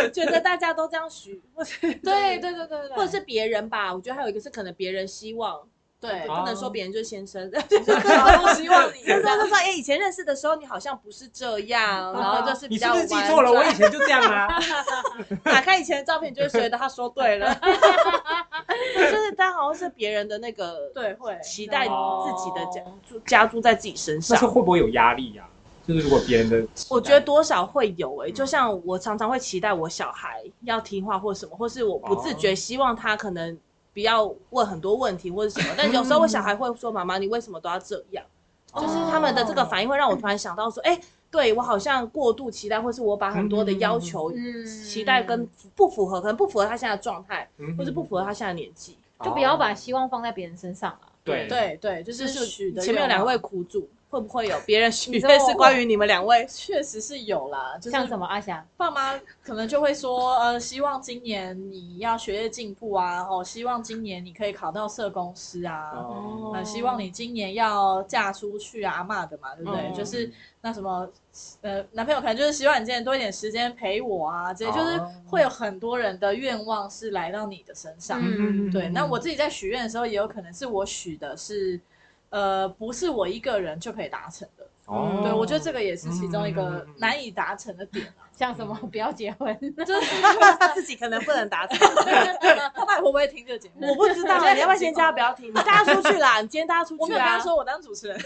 Speaker 3: 觉得大家都这样许，或是
Speaker 4: 对对对对对，
Speaker 3: 或者是别人吧。我觉得还有一个是可能别人希望，
Speaker 4: 对
Speaker 3: 不
Speaker 5: 哦
Speaker 3: 能说别人就是先 生，
Speaker 4: 我希望你
Speaker 3: 就是他说哎，以前认识的时候你好像不是这 样，然后就是比
Speaker 5: 你是
Speaker 3: 较
Speaker 5: 不是记错了？
Speaker 3: 婉
Speaker 5: 我
Speaker 3: 转
Speaker 5: 以前就这样啊。
Speaker 3: 打开以前的照片，你就会觉得他说对 了，就是他好像是别人的那个
Speaker 4: 对会
Speaker 3: 期待自己的加
Speaker 6: 哦
Speaker 3: 注加注在自己身
Speaker 5: 那
Speaker 3: 上
Speaker 5: 时。候会不会有压力呀？就是如果别人的期待，
Speaker 3: 我觉得多少会有诶、就像我常常会期待我小孩要听话或什么，或是我不自觉希望他可能不要问很多问题或者什么。但有时候我小孩会说：“妈妈，你为什么都要这样？”就是
Speaker 5: 哦
Speaker 3: 他们的这个反应会让我突然想到说：“哎、对我好像过度期待，或是我把很多的要求、
Speaker 6: 嗯，
Speaker 3: 期待跟不符合，可能不符合他现在的状态，
Speaker 5: 嗯
Speaker 3: 或是不符合他现在的年纪。”
Speaker 6: 就不要把希望放在别人身上啊。
Speaker 5: 对
Speaker 4: 对对，就
Speaker 3: 就是
Speaker 4: 许的
Speaker 3: 前面有
Speaker 4: 愿
Speaker 3: 两
Speaker 4: 望
Speaker 3: 位苦主，会不会有别人许
Speaker 6: 你说
Speaker 3: 愿是
Speaker 6: 我
Speaker 3: 关于你们两 位？
Speaker 4: 确实是有啦，就是
Speaker 6: 像什么阿霞？
Speaker 4: 爸妈可能就会说，呃，希望今年你要学业进步啊，哦，希望今年你可以考到社公司啊，
Speaker 5: 哦
Speaker 4: 呃，希望你今年要嫁出去啊，阿妈的嘛，对不对？
Speaker 3: 嗯
Speaker 4: 就是那什么，呃，男朋友可能就是希望你今年多一点时间陪我啊，这些就是
Speaker 5: 哦
Speaker 4: 会有很多人的愿望是来到你的身上。
Speaker 6: 嗯
Speaker 4: 对，那我自己在许愿的时候，也有可能是我许的是，呃，不是我一个人就可以达成的。
Speaker 5: 哦
Speaker 4: 嗯对，我觉得这个也是其中一
Speaker 5: 嗯嗯嗯
Speaker 4: 个
Speaker 5: 嗯嗯
Speaker 4: 难以达成的 点啊，
Speaker 6: 像什么？不要结婚，
Speaker 4: 就是
Speaker 3: 自己可能不能达成，
Speaker 4: 他爸会不会听这个节
Speaker 3: 我
Speaker 4: 目？
Speaker 3: 不知道，你要不要先叫他不要听？大家出去 啦，你今天大家出去、啊。
Speaker 4: 我没有跟他，说我当主持人，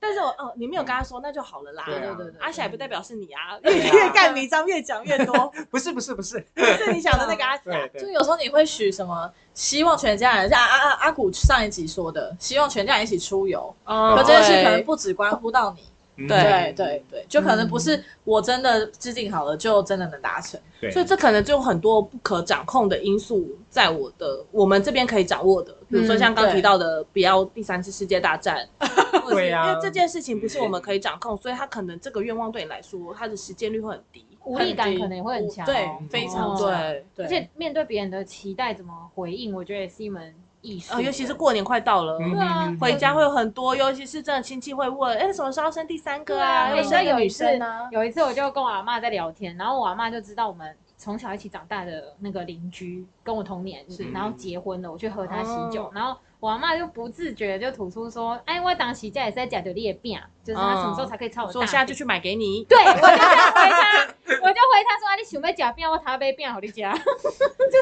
Speaker 3: 但是我哦，你没有跟他说，那就好了啦。
Speaker 5: 对啊
Speaker 3: 阿霞也不代表是你啊，越
Speaker 5: 对啊
Speaker 3: 越盖迷章越讲越 多，
Speaker 5: 不是不是不是，
Speaker 3: 是你想的那个阿啊霞。
Speaker 5: 对
Speaker 4: 就
Speaker 5: 对，
Speaker 4: 有时候你会许什么，希望全家人，像阿阿阿古上一集说的，希望全家人一起出游，
Speaker 3: 哦
Speaker 4: 可这件事可能不只关乎到你，
Speaker 5: 嗯
Speaker 3: 对
Speaker 4: 对嗯对对，就可能不是我真的制定好了就真的能达成，
Speaker 5: 对，
Speaker 3: 所以这可能就有很多不可掌控的因素，在我的我们这边可以掌握的，比如说像刚提到的，不要第三次世界大战，或者是
Speaker 5: 对啊
Speaker 3: 因为这件事情不是我们可以掌控，所以他可能这个愿望对你来说，它的时间率会很低。
Speaker 6: 无力感可能也会很强。
Speaker 4: 对
Speaker 5: 哦，
Speaker 4: 非常
Speaker 6: 哦
Speaker 4: 强
Speaker 3: 对，
Speaker 4: 对，
Speaker 6: 而且面对别人的期待，怎么回应，我觉得也是一门艺术。
Speaker 3: 呃，尤其是过年快到了。
Speaker 5: 嗯
Speaker 6: 对啊，
Speaker 5: 嗯
Speaker 3: 回家会有很多，尤其是真的亲戚会问，哎，什么时候生第三个
Speaker 6: 对
Speaker 3: 啊？
Speaker 6: 啊
Speaker 3: 又生一
Speaker 6: 你知道
Speaker 3: 个
Speaker 6: 有一
Speaker 3: 女生啊？
Speaker 6: 有一次我就跟我阿妈在聊天，然后我阿妈就知道我们从小一起长大的那个邻居跟我同年，
Speaker 3: 是
Speaker 6: 然后结婚了，我去喝她喜酒，
Speaker 3: 哦
Speaker 6: 然后我阿妈就不自觉就吐出说：“哎，我当喜家也是在假酒的病，就是她什么时候才可以唱我
Speaker 3: 哦说
Speaker 6: 大
Speaker 3: 我现在
Speaker 6: 饼
Speaker 3: 就去买给你。
Speaker 6: 对，我就这样回他，我就回他说：“啊，你想要假饼，我他杯饼好你家， 就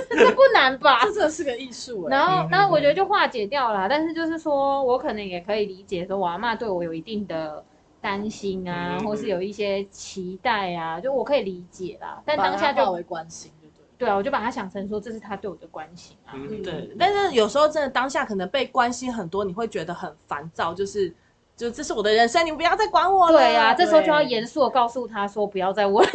Speaker 6: 是这不难吧？”
Speaker 4: 这真的是个艺术哎。
Speaker 6: 然后
Speaker 5: 嗯，
Speaker 6: 那
Speaker 5: 嗯
Speaker 6: 我觉得就化解掉了啦。但是就是说我可能也可以理解，说我阿妈对我有一定的担心啊，
Speaker 5: 嗯
Speaker 6: 或是有一些期待啊，就我可以理解啦。但
Speaker 4: 把它
Speaker 6: 当下
Speaker 4: 化
Speaker 6: 就
Speaker 4: 为关心，对不对？
Speaker 6: 对啊，我就把它想成说这是他对我的关心啊。
Speaker 5: 嗯
Speaker 3: 对，但是有时候真的当下可能被关心很多，你会觉得很烦躁，就是就这是我的人生，你不要再管我了。
Speaker 6: 对啊，这时候就要
Speaker 4: 对
Speaker 6: 严肃的告诉他说不要再问。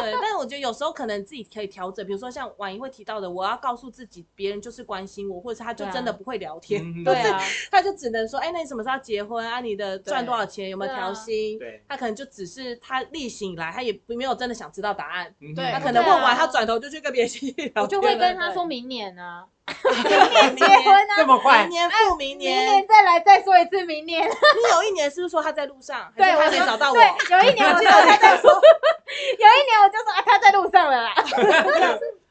Speaker 3: 对，但是我觉得有时候可能自己可以调整，比如说像婉莹会提到的，我要告诉自己，别人就是关心我，或者是他就
Speaker 6: 对啊
Speaker 3: 真的不会聊天，
Speaker 5: 嗯
Speaker 6: 对啊，
Speaker 3: 他就只能说，哎，那你什么时候要结婚啊？你的赚多少钱？有没有
Speaker 6: 对啊
Speaker 3: 调薪？
Speaker 5: 对
Speaker 3: 他可能就只是他例行以来，他也没有真的想知道答案，
Speaker 5: 嗯
Speaker 4: 对
Speaker 3: 他
Speaker 5: 嗯
Speaker 3: 可能问
Speaker 6: 对啊
Speaker 3: 完，他转头就去跟别人继续聊
Speaker 6: 我就会
Speaker 3: 天
Speaker 6: 跟
Speaker 3: 了
Speaker 6: 他
Speaker 4: 对
Speaker 6: 说明年啊，
Speaker 3: 明
Speaker 6: 结婚
Speaker 3: 年
Speaker 5: 这
Speaker 6: 啊，
Speaker 5: 么快
Speaker 3: 明，年复明
Speaker 6: 明
Speaker 3: 年，
Speaker 6: 年再来再说一次明年。
Speaker 3: 你有一年是不是说他在路上？还
Speaker 6: 对，
Speaker 3: 是他
Speaker 6: 我
Speaker 3: 没
Speaker 6: 就
Speaker 3: 找到我
Speaker 6: 对，。有一年 我就他在说，有一年我就说啊他在路上了啦。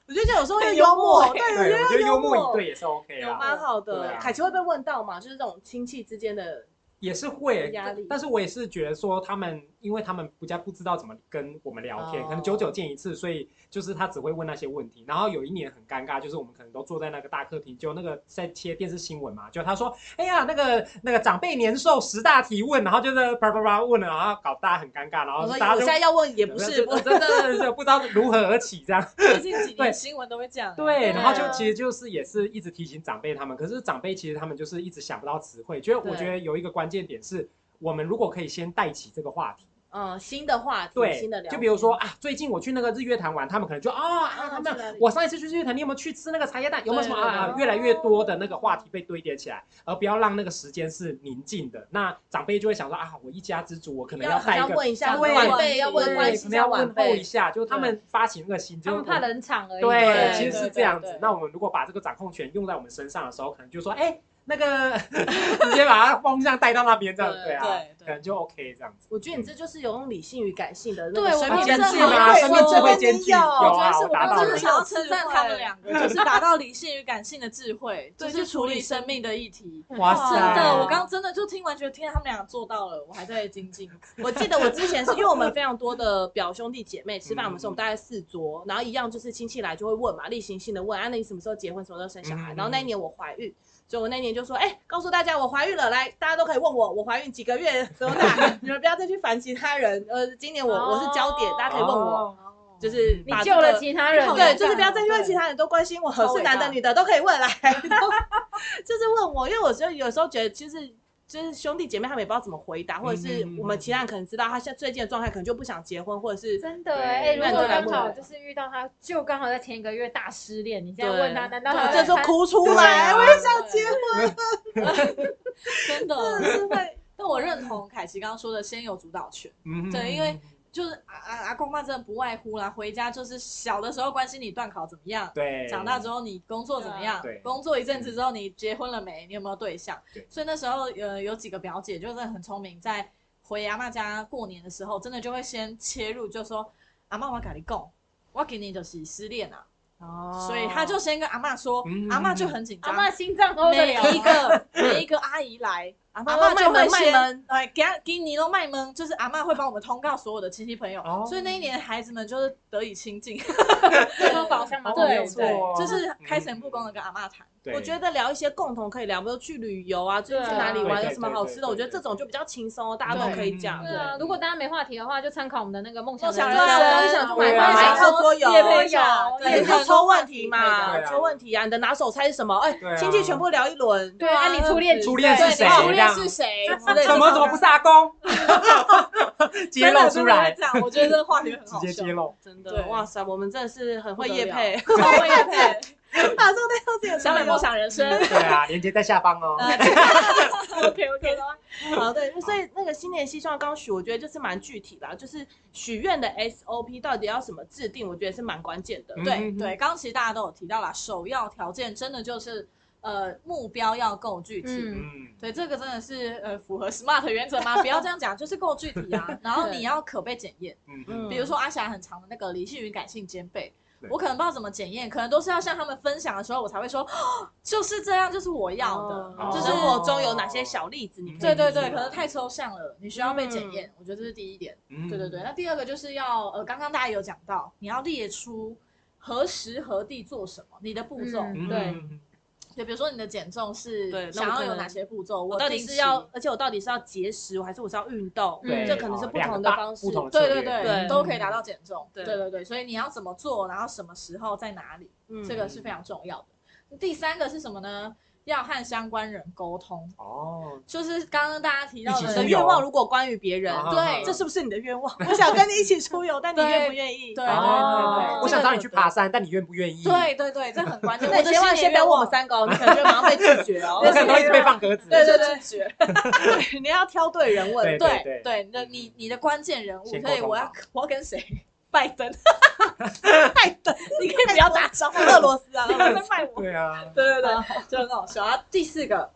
Speaker 3: 我觉得这有时候
Speaker 4: 很
Speaker 3: 很
Speaker 4: 幽
Speaker 3: 幽
Speaker 4: 默欸
Speaker 3: 默，
Speaker 5: 对，
Speaker 3: 对，
Speaker 5: 我觉得幽默
Speaker 3: 默
Speaker 5: 以对也是 OK
Speaker 3: 有
Speaker 5: 啦，
Speaker 3: 蛮好
Speaker 5: 对
Speaker 3: 的。
Speaker 5: 啊
Speaker 3: 凯奇会被问到嘛？就是这种亲戚之间的，
Speaker 5: 也是会
Speaker 3: 压力，
Speaker 5: 但是我也是觉得说他们，因为他们不加不知道怎么跟我们聊天，
Speaker 3: 哦
Speaker 5: 可能久久见一次，所以就是他只会问那些问题。然后有一年很尴尬，就是我们可能都坐在那个大客厅，就那个在切电视新闻嘛，就他说，哎呀，那个那个长辈年寿十大提问，然后就是叭叭叭问了，然后搞大家很尴尬，然
Speaker 3: 我
Speaker 5: 后
Speaker 3: 说
Speaker 5: 大
Speaker 3: 我
Speaker 5: 家就
Speaker 3: 现在要问也不是，
Speaker 5: 我
Speaker 3: 我
Speaker 5: 真的是不知道如何而起这样。
Speaker 4: 最近几年
Speaker 5: 对
Speaker 4: 新闻都会这样，
Speaker 5: 对，
Speaker 6: 啊
Speaker 5: 然后就其实就是也是一直提醒长辈他们，可是长辈其实他们就是一直想不到词汇，觉得
Speaker 3: 对
Speaker 5: 我觉得有一个关键点是，我们如果可以先带起这个话题，
Speaker 3: 嗯，新的话题，
Speaker 5: 对
Speaker 3: 新的聊，，
Speaker 5: 就比如说，啊，最近我去那个日月潭玩，他们可能就啊啊，他们我上一次去日月潭，你有没有去吃那个茶叶蛋？有没有什么
Speaker 4: 对对
Speaker 5: 啊？啊越来越多的那个话题被堆叠起来，而不要让那个时间是宁静的，那长辈就会想说啊，我一家之主，我可能
Speaker 3: 要好
Speaker 5: 带一
Speaker 3: 像
Speaker 5: 个。
Speaker 3: 问一下
Speaker 5: 对
Speaker 3: 晚辈，要问
Speaker 5: 对
Speaker 3: 关系
Speaker 5: 可
Speaker 3: 一
Speaker 5: 能
Speaker 3: 下
Speaker 5: 要
Speaker 3: 晚
Speaker 5: 问候一
Speaker 3: 辈，
Speaker 5: 下，就是他们发起那个心，就
Speaker 6: 他
Speaker 5: 是
Speaker 6: 们怕
Speaker 5: 我
Speaker 6: 冷场而已。
Speaker 5: 对，
Speaker 3: 对
Speaker 5: 其实是
Speaker 4: 对
Speaker 5: 这样子
Speaker 4: 对。
Speaker 5: 那我们如果把这个掌控权用在我们身上的时候，可能就说，哎，那个直接把它风向带到那边，这样
Speaker 3: 对
Speaker 5: 对啊
Speaker 4: 对，对
Speaker 5: 可能就 OK 这样子。
Speaker 3: 我觉得你这就是有用理性与感性的那
Speaker 4: 对
Speaker 3: 个
Speaker 4: 我
Speaker 3: 生
Speaker 4: 觉
Speaker 3: 命
Speaker 4: 得
Speaker 3: 间
Speaker 4: 是
Speaker 3: 自
Speaker 4: 有
Speaker 3: 由
Speaker 4: 对
Speaker 5: 啊，
Speaker 4: 我
Speaker 5: 生命智慧兼具，有
Speaker 4: 哦我觉得
Speaker 5: 啊，
Speaker 4: 是
Speaker 5: 我达
Speaker 4: 我
Speaker 5: 到
Speaker 4: 真
Speaker 5: 了
Speaker 4: 的。想要称赞他们两个， 就是达到理性与感性的智 慧，就
Speaker 3: 对
Speaker 4: 是处理生命的议题。
Speaker 5: 哇
Speaker 4: 真
Speaker 5: 塞！
Speaker 6: 啊
Speaker 4: 的，我刚刚真的就听完，觉得天啊，他们俩做到了，我还在精进。
Speaker 3: 我记得我之前是因为我们非常多的表兄弟姐妹吃饭，
Speaker 5: 嗯
Speaker 3: 我们是我们大概四桌，然后一样就是亲戚来就会问嘛，例行性的问，啊，那你什么时候结婚，什么时候生小孩？
Speaker 5: 嗯
Speaker 3: 然后那一年我怀孕，所以我那年就说，哎、告诉大家我怀孕了，来，大家都可以问我，我怀孕几个月，多 大？你们不要再去烦其他人。呃，今年我我是焦点，
Speaker 6: 哦
Speaker 3: 大家可以问我，
Speaker 5: 哦，
Speaker 3: 就是
Speaker 6: 你
Speaker 3: 把
Speaker 6: 救
Speaker 3: 这个
Speaker 6: 了其他人，
Speaker 4: 好
Speaker 3: 对，
Speaker 4: 人
Speaker 3: 就是不要再去问其他人，都关心我，
Speaker 4: 超伟
Speaker 3: 是
Speaker 4: 大
Speaker 3: 男的女的都可以问来， 就是问我，因为我就有时候觉得其实。就是兄弟姐妹他们也不知道怎么回答，或者是
Speaker 5: 嗯嗯嗯
Speaker 3: 我们其他人可能知道他现在最近的状态，可能就不想结婚，或者是
Speaker 6: 真的
Speaker 5: 对
Speaker 6: 哎、如
Speaker 3: 那
Speaker 6: 果
Speaker 3: 就来
Speaker 6: 刚
Speaker 3: 问
Speaker 6: 好
Speaker 3: 我
Speaker 6: 就是遇到他，就刚好在前一个月大失恋，你这
Speaker 3: 对，
Speaker 6: 样问他，难道他
Speaker 3: 对这时候
Speaker 6: 他
Speaker 3: 哭出
Speaker 5: 对
Speaker 3: 来？
Speaker 5: 啊
Speaker 3: 我也想结婚，
Speaker 4: 真的
Speaker 3: 是会。
Speaker 4: 但我认同凯奇刚刚说的，先有主导权，
Speaker 5: 嗯
Speaker 4: 对因为就是阿阿阿公妈真的不外乎啦，回家就是小的时候关心你段考怎么样，
Speaker 5: 对
Speaker 4: 长大之后你工作怎么样
Speaker 5: 对啊对？嗯
Speaker 4: 工作一阵子之后你结婚了没？你有没有对象
Speaker 5: 对？
Speaker 4: 所以那时候呃有几个表姐就是很聪明，在回阿妈家过年的时候，真的就会先切入，就说阿妈我跟你讲，我给你就是失恋啊，
Speaker 3: 哦
Speaker 4: 所以她就先跟阿妈说，
Speaker 5: 嗯
Speaker 4: 阿妈就很紧
Speaker 6: 阿
Speaker 4: 张，
Speaker 6: 妈心脏 hold 得
Speaker 4: 每
Speaker 6: 了
Speaker 4: 一
Speaker 6: 吗，
Speaker 4: 个 每一个阿姨来，阿
Speaker 3: 阿
Speaker 4: 妈
Speaker 3: 嬷
Speaker 4: 就
Speaker 3: 卖
Speaker 4: 会
Speaker 3: 萌卖萌
Speaker 4: 先哎给她给你都卖萌，就是阿妈会帮我们通告所有的亲戚朋友
Speaker 5: 哦，
Speaker 4: 所以那一年孩子们就是得以亲近。
Speaker 6: 这都宝箱吗？
Speaker 5: 对
Speaker 6: 没有
Speaker 5: 错哦
Speaker 4: 就是开诚布公的跟阿妈谈。
Speaker 5: 对
Speaker 3: 我觉得聊一些共同可以聊，比如去旅游啊，最近去哪里玩，
Speaker 5: 对
Speaker 3: 有什么好吃的，
Speaker 5: 对对对
Speaker 3: 我觉得这种就比较轻松哦，大家都可以讲。
Speaker 5: 对
Speaker 6: 对啊，如果大家没话题的话，就参考我们的那个梦想
Speaker 4: 梦想
Speaker 6: 人
Speaker 4: 人
Speaker 6: 生
Speaker 5: 啊
Speaker 6: 啊
Speaker 4: 生
Speaker 6: 梦想
Speaker 3: 就
Speaker 6: 去
Speaker 3: 买
Speaker 6: 买
Speaker 5: 买
Speaker 6: 买
Speaker 5: 买
Speaker 3: 套桌游
Speaker 6: 也可以
Speaker 4: 对啊
Speaker 3: 也
Speaker 6: 对
Speaker 3: 可以抽问题
Speaker 5: 对
Speaker 3: 嘛，
Speaker 5: 啊
Speaker 3: 抽问题啊，你的拿手菜是什么？哎
Speaker 5: 对，啊
Speaker 3: 亲戚全部聊一轮。
Speaker 6: 对啊，你初恋
Speaker 5: 初恋是谁？
Speaker 4: 对初
Speaker 5: 这样
Speaker 4: 恋是 谁之类的？
Speaker 5: 怎么怎么不是阿公？ 揭
Speaker 4: 真的
Speaker 5: 露出来
Speaker 4: 真的会，这样，我觉得这个话题很
Speaker 5: 直
Speaker 4: 好
Speaker 5: 接
Speaker 4: 笑
Speaker 5: 揭。 露。
Speaker 3: 真的，
Speaker 4: 对
Speaker 3: 哇塞，我们真的是很会夜 配，
Speaker 4: 好我也配，马上带到自己的
Speaker 3: 小美梦想人生。
Speaker 5: 对啊，连接在下方哦。
Speaker 6: OK OK 的话，啊
Speaker 3: 好，对，所以那个新年希望刚许，我觉得就是蛮具体的啊，就是许愿的 SOP 到底要什么制定，我觉得是蛮关键的。
Speaker 5: 嗯
Speaker 4: 对对，刚刚其实大家都有提到啦，首要条件真的就是呃目标要够具体。
Speaker 6: 嗯，
Speaker 5: 嗯，
Speaker 4: 对，这个真的是呃符合 SMART 原则吗？不要这样讲，就是够具体啊。然后你要可被检验，
Speaker 5: 嗯
Speaker 3: 嗯
Speaker 4: 比如说阿霞很长的那个理性与感性兼备
Speaker 5: 对，
Speaker 4: 我可能不知道怎么检验，可能都是要向他们分享的时候，我才会说，哦就是这样，就是我要的，
Speaker 5: 哦
Speaker 4: 就是
Speaker 3: 生
Speaker 4: 我
Speaker 3: 活中有哪些小例子，你可以
Speaker 4: 对对对，
Speaker 5: 嗯
Speaker 4: 可能太抽象了，你需要被检验，我觉得这是第一点。
Speaker 5: 嗯
Speaker 4: 对对对，那第二个就是要呃，刚刚大家有讲到，你要列出何时何地做什么，你的步骤。
Speaker 6: 嗯
Speaker 5: 嗯
Speaker 6: 对
Speaker 5: 嗯
Speaker 4: 就比如说你的减重
Speaker 3: 对
Speaker 4: 是
Speaker 3: 那我
Speaker 4: 想要
Speaker 3: 可
Speaker 4: 有
Speaker 3: 能
Speaker 4: 哪些步骤，
Speaker 3: 我
Speaker 4: 我
Speaker 3: 到底
Speaker 4: 定
Speaker 3: 是
Speaker 4: 期
Speaker 3: 要，而且我到底是要节食，我还是我是要运动？
Speaker 6: 嗯
Speaker 5: 对，
Speaker 3: 这可能是不同的
Speaker 5: 哦
Speaker 3: 方式
Speaker 5: 两个大不同的
Speaker 4: 对
Speaker 5: 策
Speaker 4: 对对，
Speaker 5: 略
Speaker 3: 对
Speaker 4: 都可以达到减重。
Speaker 3: 对
Speaker 4: 对对对，所以你要怎么做，然后什么时候在哪里，
Speaker 3: 嗯
Speaker 4: 这个是非常重要的。第三个是什么呢？要和相关人沟通，
Speaker 5: 哦，
Speaker 4: 就是刚刚大家提到
Speaker 3: 你
Speaker 5: 一起
Speaker 3: 的
Speaker 5: 出
Speaker 4: 的
Speaker 5: 游
Speaker 3: 愿望如果关于别人，
Speaker 5: 啊
Speaker 4: 对
Speaker 3: 这是不是你的愿望？我想跟你一起出游，但你愿不愿意？
Speaker 4: 对
Speaker 5: 哦
Speaker 4: 对对对
Speaker 5: 我想找你去爬山，但你愿不愿意？
Speaker 4: 对对对，这很关 键。
Speaker 3: 那你
Speaker 4: 的
Speaker 3: 千万
Speaker 4: 新
Speaker 3: 先
Speaker 4: 年
Speaker 3: 不要问
Speaker 4: 愿
Speaker 3: 我
Speaker 4: 望
Speaker 3: 们三个哦，你可能就马上被拒绝 哦
Speaker 5: 我可能都一直被放鸽子。
Speaker 4: 对对
Speaker 3: 对
Speaker 4: 对，
Speaker 3: 对，你要挑对人问。
Speaker 5: 对
Speaker 4: 对
Speaker 5: 对
Speaker 4: 对，你的你你的关键人物，
Speaker 5: 先
Speaker 4: 所以
Speaker 5: 沟通
Speaker 4: 我要
Speaker 5: 好
Speaker 4: 我要跟谁？拜登，拜登， 你可以不要打招呼，俄罗斯啊，俄罗斯卖我。
Speaker 5: 对啊，
Speaker 4: 对对对，就很好笑。然后第四个，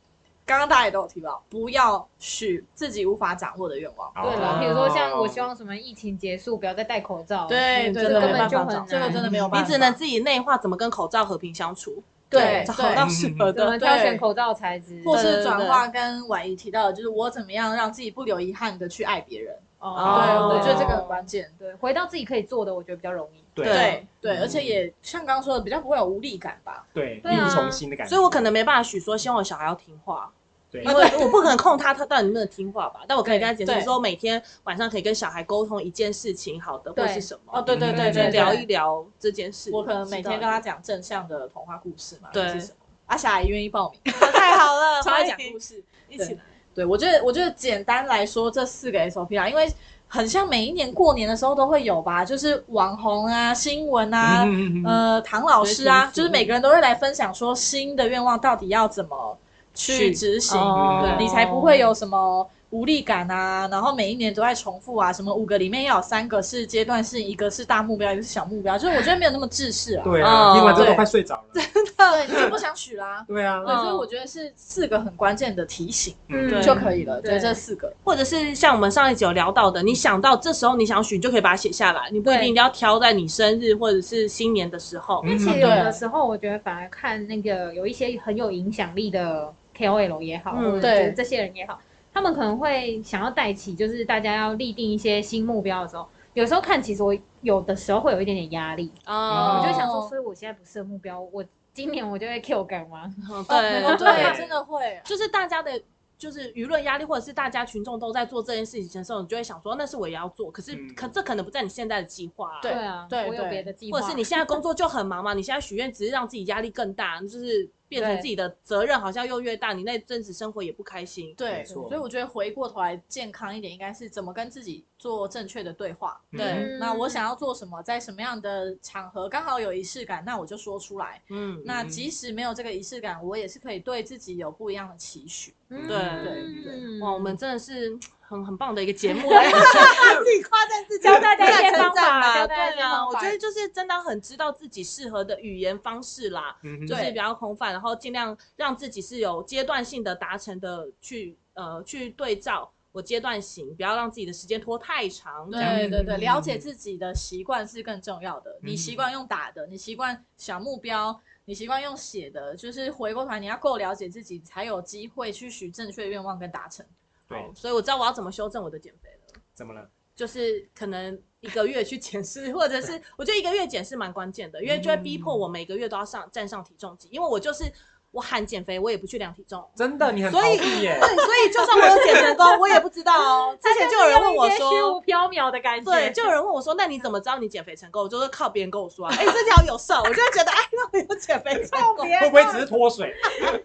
Speaker 4: 刚刚大家也都有提到，不要许自己无法掌握的愿望。
Speaker 5: 哦
Speaker 6: 对了，比如说像我希
Speaker 5: 望
Speaker 6: 望什么疫情结束，不要再戴口罩，
Speaker 4: 对
Speaker 3: 对
Speaker 4: 对，
Speaker 3: 对
Speaker 4: 对
Speaker 3: 根本
Speaker 6: 就很
Speaker 4: 这个真的没有办
Speaker 3: 你
Speaker 4: 法，
Speaker 3: 只能自己内化怎么跟口罩和平相处，
Speaker 4: 对嗯
Speaker 3: 找到适合
Speaker 6: 怎么
Speaker 3: 的。
Speaker 6: 挑选口罩材质，
Speaker 4: 或
Speaker 3: 对对
Speaker 4: 是
Speaker 3: 对
Speaker 4: 转化跟婉仪提到的，就是我怎么样让自己不留遗憾的去爱别人。对，
Speaker 3: 哦
Speaker 4: 我觉得这个很关键。
Speaker 6: 对，回到自己可以做的，我觉得比较容易。
Speaker 5: 对
Speaker 4: 对
Speaker 3: 嗯
Speaker 4: 对，而且也像刚刚说的，比较不会有无力感吧。
Speaker 5: 对
Speaker 6: 对
Speaker 5: 力
Speaker 6: 啊
Speaker 5: 不从心的感觉。
Speaker 3: 所以我可能没办法许说，希望我小孩要听 话，
Speaker 5: 对
Speaker 3: 因为我不可能控他，他到底能不能听话吧？但我可以跟他解释
Speaker 4: 对
Speaker 3: 说，每天晚上可以跟小孩沟通一件事情，好的或
Speaker 6: 对
Speaker 3: 是什
Speaker 4: 哦，
Speaker 3: 么，
Speaker 4: 对对对
Speaker 5: 嗯
Speaker 3: 去
Speaker 4: 对，
Speaker 3: 聊
Speaker 4: 聊
Speaker 3: 一
Speaker 4: 一，
Speaker 3: 聊这件事。
Speaker 4: 我可能每天跟他讲正向的童话故事嘛，还是什么。阿霞也愿意报名，
Speaker 3: 太好了
Speaker 4: 超爱讲故
Speaker 3: 事，
Speaker 4: 事。
Speaker 3: 一起来
Speaker 4: 对，我觉得我觉得简单来说，这四个 SOP 啊，因为很像每一年过年的时候都会有吧，就是网红啊、新闻啊、
Speaker 5: 嗯嗯嗯嗯
Speaker 4: 呃唐老师啊，
Speaker 3: 随心
Speaker 4: 就
Speaker 3: 所欲
Speaker 4: 是每个人都会来分享说新的愿望到底要怎么去
Speaker 5: 去
Speaker 4: 执行，
Speaker 5: 哦
Speaker 4: 对你才不会有什么无力感啊。然后每一年都在重复啊，什么五个里面要有三个是阶段性，一个是大目标，一个是小目标，就是我觉得没有那么制式啊。
Speaker 5: 对
Speaker 3: 哦
Speaker 5: 啊，听完之后都
Speaker 4: 对
Speaker 5: 快睡着了。
Speaker 4: 对，你就不想许啦。
Speaker 5: 对啊，
Speaker 4: 对，所以我觉得是四个很关键的提醒
Speaker 5: 嗯
Speaker 3: 对
Speaker 4: 就可以了，
Speaker 6: 对
Speaker 4: 对这四个。
Speaker 3: 或者是像我们上一集有聊到的，你想到这时候你想许，你就可以把它写下来，你不一定
Speaker 6: 对
Speaker 3: 一定要挑在你生日或者是新年的时候。
Speaker 6: 但
Speaker 5: 嗯
Speaker 6: 其实有的时候，我觉得反而看那个有一些很有影响力的 KOL 也好，
Speaker 3: 嗯
Speaker 6: 或者是这些人也好，他们可能会想要带起，就是大家要立定一些新目标的时候，有时候看，其实我有的时候会有一点点压力，
Speaker 3: 哦
Speaker 6: 我就想说，所以我现在不设目标，我今年我就会 Q 干嘛？
Speaker 3: 对、
Speaker 4: 哦
Speaker 5: 对
Speaker 4: 对，真的会。
Speaker 3: 就是大家的，就是舆论压力，或者是大家群众都在做这件事情的时候，你就会想说，那是我也要做，可是、
Speaker 5: 嗯
Speaker 3: 可这可能不在你现在的计划、啊，
Speaker 4: 对
Speaker 6: 啊，
Speaker 4: 对
Speaker 6: 我有
Speaker 4: 对
Speaker 6: 别的计划，
Speaker 3: 或者是你现在工作就很忙嘛，你现在许愿只是让自己压力更大，就是变成
Speaker 6: 对
Speaker 3: 自己的责任好像又越大，你那阵子生活也不开心。
Speaker 4: 对，
Speaker 5: 没错
Speaker 4: 所以我觉得回过头来健康一点，应该是怎么跟自己做正确的对话。
Speaker 3: 对
Speaker 4: 那我想要做什么，在什么样的场合刚好有仪式感，那我就说出来。
Speaker 3: 嗯，
Speaker 4: 那即使没有这个仪式感，我也是可以对自己有不一样的期许。
Speaker 6: 嗯
Speaker 3: 对
Speaker 5: 对对
Speaker 3: 哇，我
Speaker 4: 嗯
Speaker 3: 们真的是很很棒的一个节 目。
Speaker 4: 自己夸赞自己
Speaker 6: 教大家一 些
Speaker 3: 称
Speaker 6: 方
Speaker 3: 赞
Speaker 6: 法，
Speaker 3: 吧，
Speaker 6: 教大家一
Speaker 3: 对
Speaker 6: 些
Speaker 3: 啊，
Speaker 6: 方
Speaker 3: 我
Speaker 6: 法
Speaker 3: 觉得就是真的很知道自己适合的语言方式啦，
Speaker 5: 嗯
Speaker 3: 就是
Speaker 4: 对
Speaker 3: 比较空泛，然后尽量让自己是有阶段性的达成的去呃去对照我阶段型，不要让自己的时间拖太长。这样
Speaker 4: 对对对，
Speaker 5: 嗯
Speaker 4: 了解自己的习惯是更重要的。你
Speaker 5: 嗯
Speaker 4: 习惯用打的，你习惯小目标，你习惯用写的，就是回过头来你要够了解自己，才有机会去许正确的愿望跟达成。
Speaker 5: 对，
Speaker 3: 所以我知道我要怎么修正我的减肥了，
Speaker 5: 怎么了？
Speaker 3: 就是可能一个月去检视， 或者是我觉得一个月检视蛮关键的，因为就会逼
Speaker 6: 嗯
Speaker 3: 迫我每个月都要上站上体重机，因为我就是我喊减肥，我也不去量体重。
Speaker 5: 真的，你很逃
Speaker 3: 所以
Speaker 5: 避耶。
Speaker 3: 对，所以就算我有减成功，我也不知道哦。之前就有人问我
Speaker 6: 虚无
Speaker 3: 说，
Speaker 6: 缥缈的感觉，
Speaker 3: 对，就有人问我说，那你怎么知道你减肥成功？我就是靠别人跟我说、啊，哎、这条有瘦，我就觉得哎，那我有减肥 成功，
Speaker 5: 会不会只是脱水？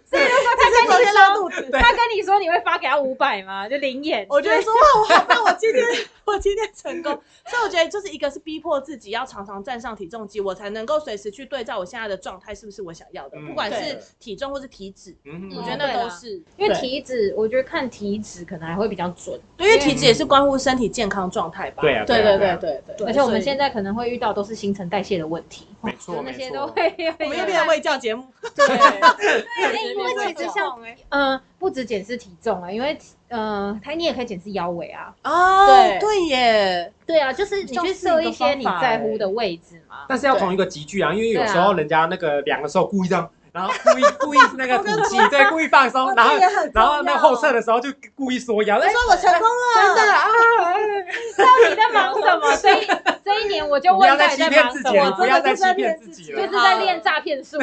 Speaker 6: 所以如果他
Speaker 3: 昨
Speaker 6: 跟你
Speaker 3: 天拉
Speaker 6: 说，
Speaker 3: 肚子。
Speaker 6: 他跟你说你会发给他五百吗？就零眼，
Speaker 3: 我就会说哇，我好棒！我 今天我今天成功，所以我觉得就是一个是逼迫自己要常常站上体重机，我才能够随时去对照我现在的状态是不是我想要的，
Speaker 5: 嗯
Speaker 3: 啊不管是
Speaker 5: 对
Speaker 3: 体重或是体脂，
Speaker 5: 嗯
Speaker 3: 我
Speaker 4: 嗯
Speaker 3: 觉得
Speaker 6: 对
Speaker 3: 那
Speaker 6: 啦
Speaker 3: 都是
Speaker 6: 因为
Speaker 4: 对
Speaker 6: 体脂，我觉得看体脂可能还会比较准。
Speaker 3: 对，因为体脂也是关乎身体健康状态吧。
Speaker 5: 嗯对啊，
Speaker 4: 对
Speaker 5: 啊
Speaker 4: 对
Speaker 5: 啊
Speaker 4: 对对对。
Speaker 3: 对
Speaker 6: 而且我们
Speaker 3: 所以
Speaker 6: 现在可能会遇到都是新陈代谢的问题，
Speaker 5: 没
Speaker 6: 就
Speaker 5: 错
Speaker 6: 那
Speaker 5: 没
Speaker 6: 些
Speaker 5: 错
Speaker 6: 都。会。
Speaker 3: 我们又变成卫教节目，
Speaker 6: 因为其实像嗯、呃，不止检视体重啊，因为嗯，它、你也可以检视腰围啊。
Speaker 3: 哦，
Speaker 4: 对
Speaker 3: 对耶，
Speaker 6: 对啊，就是你去设一些你在乎的位置嘛。嗯
Speaker 5: 但是要同一个集距啊，因为有时候人家那个量的时候故意这样，然后故意故意那个吐气，对，故意放松，然后 然后那个后撤的时候就故意缩腰，哎，
Speaker 3: 说我成功了，真的啊，
Speaker 6: 到底在忙什么？所以这一年我就
Speaker 5: 哎不要
Speaker 6: 问
Speaker 5: 再
Speaker 6: 到底
Speaker 5: 欺
Speaker 6: 在
Speaker 5: 骗
Speaker 6: 忙
Speaker 5: 自
Speaker 6: 什
Speaker 5: 己了，你
Speaker 6: 么，
Speaker 5: 不要再欺骗自己
Speaker 6: 就
Speaker 5: 了嗯
Speaker 6: 是。在练诈骗术。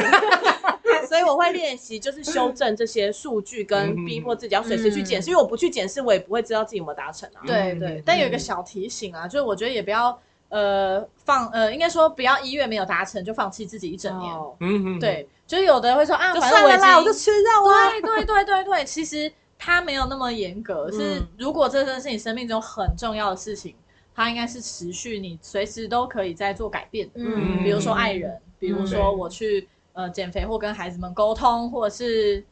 Speaker 3: 所以我会练习，就是修正这些数据，跟
Speaker 5: 嗯
Speaker 3: 逼迫自己要随时去检视，因为我不去检视，我也不会知道自己有没有达成啊。
Speaker 4: 对
Speaker 5: 嗯
Speaker 4: 对
Speaker 5: 嗯，
Speaker 4: 但有一个小提醒啊，就是我觉得也不要呃放呃，应该说不要一月没有达成就放弃自己一整年。
Speaker 3: 哦
Speaker 5: 嗯嗯，
Speaker 4: 对，就是有的人会说啊，
Speaker 3: 就
Speaker 4: 反
Speaker 3: 算
Speaker 4: 正我已
Speaker 3: 了啦，
Speaker 4: 经
Speaker 3: 我就吃肉啊。
Speaker 4: 对对对对对，其实它没有那么严格，是
Speaker 3: 嗯
Speaker 4: 如果这真的是你生命中很重要的事情，它应该是持续你随时都可以在做改变的。
Speaker 5: 嗯
Speaker 4: 比如说爱人，比如说
Speaker 5: 对
Speaker 4: 我去呃减肥或跟孩子们沟通，或者是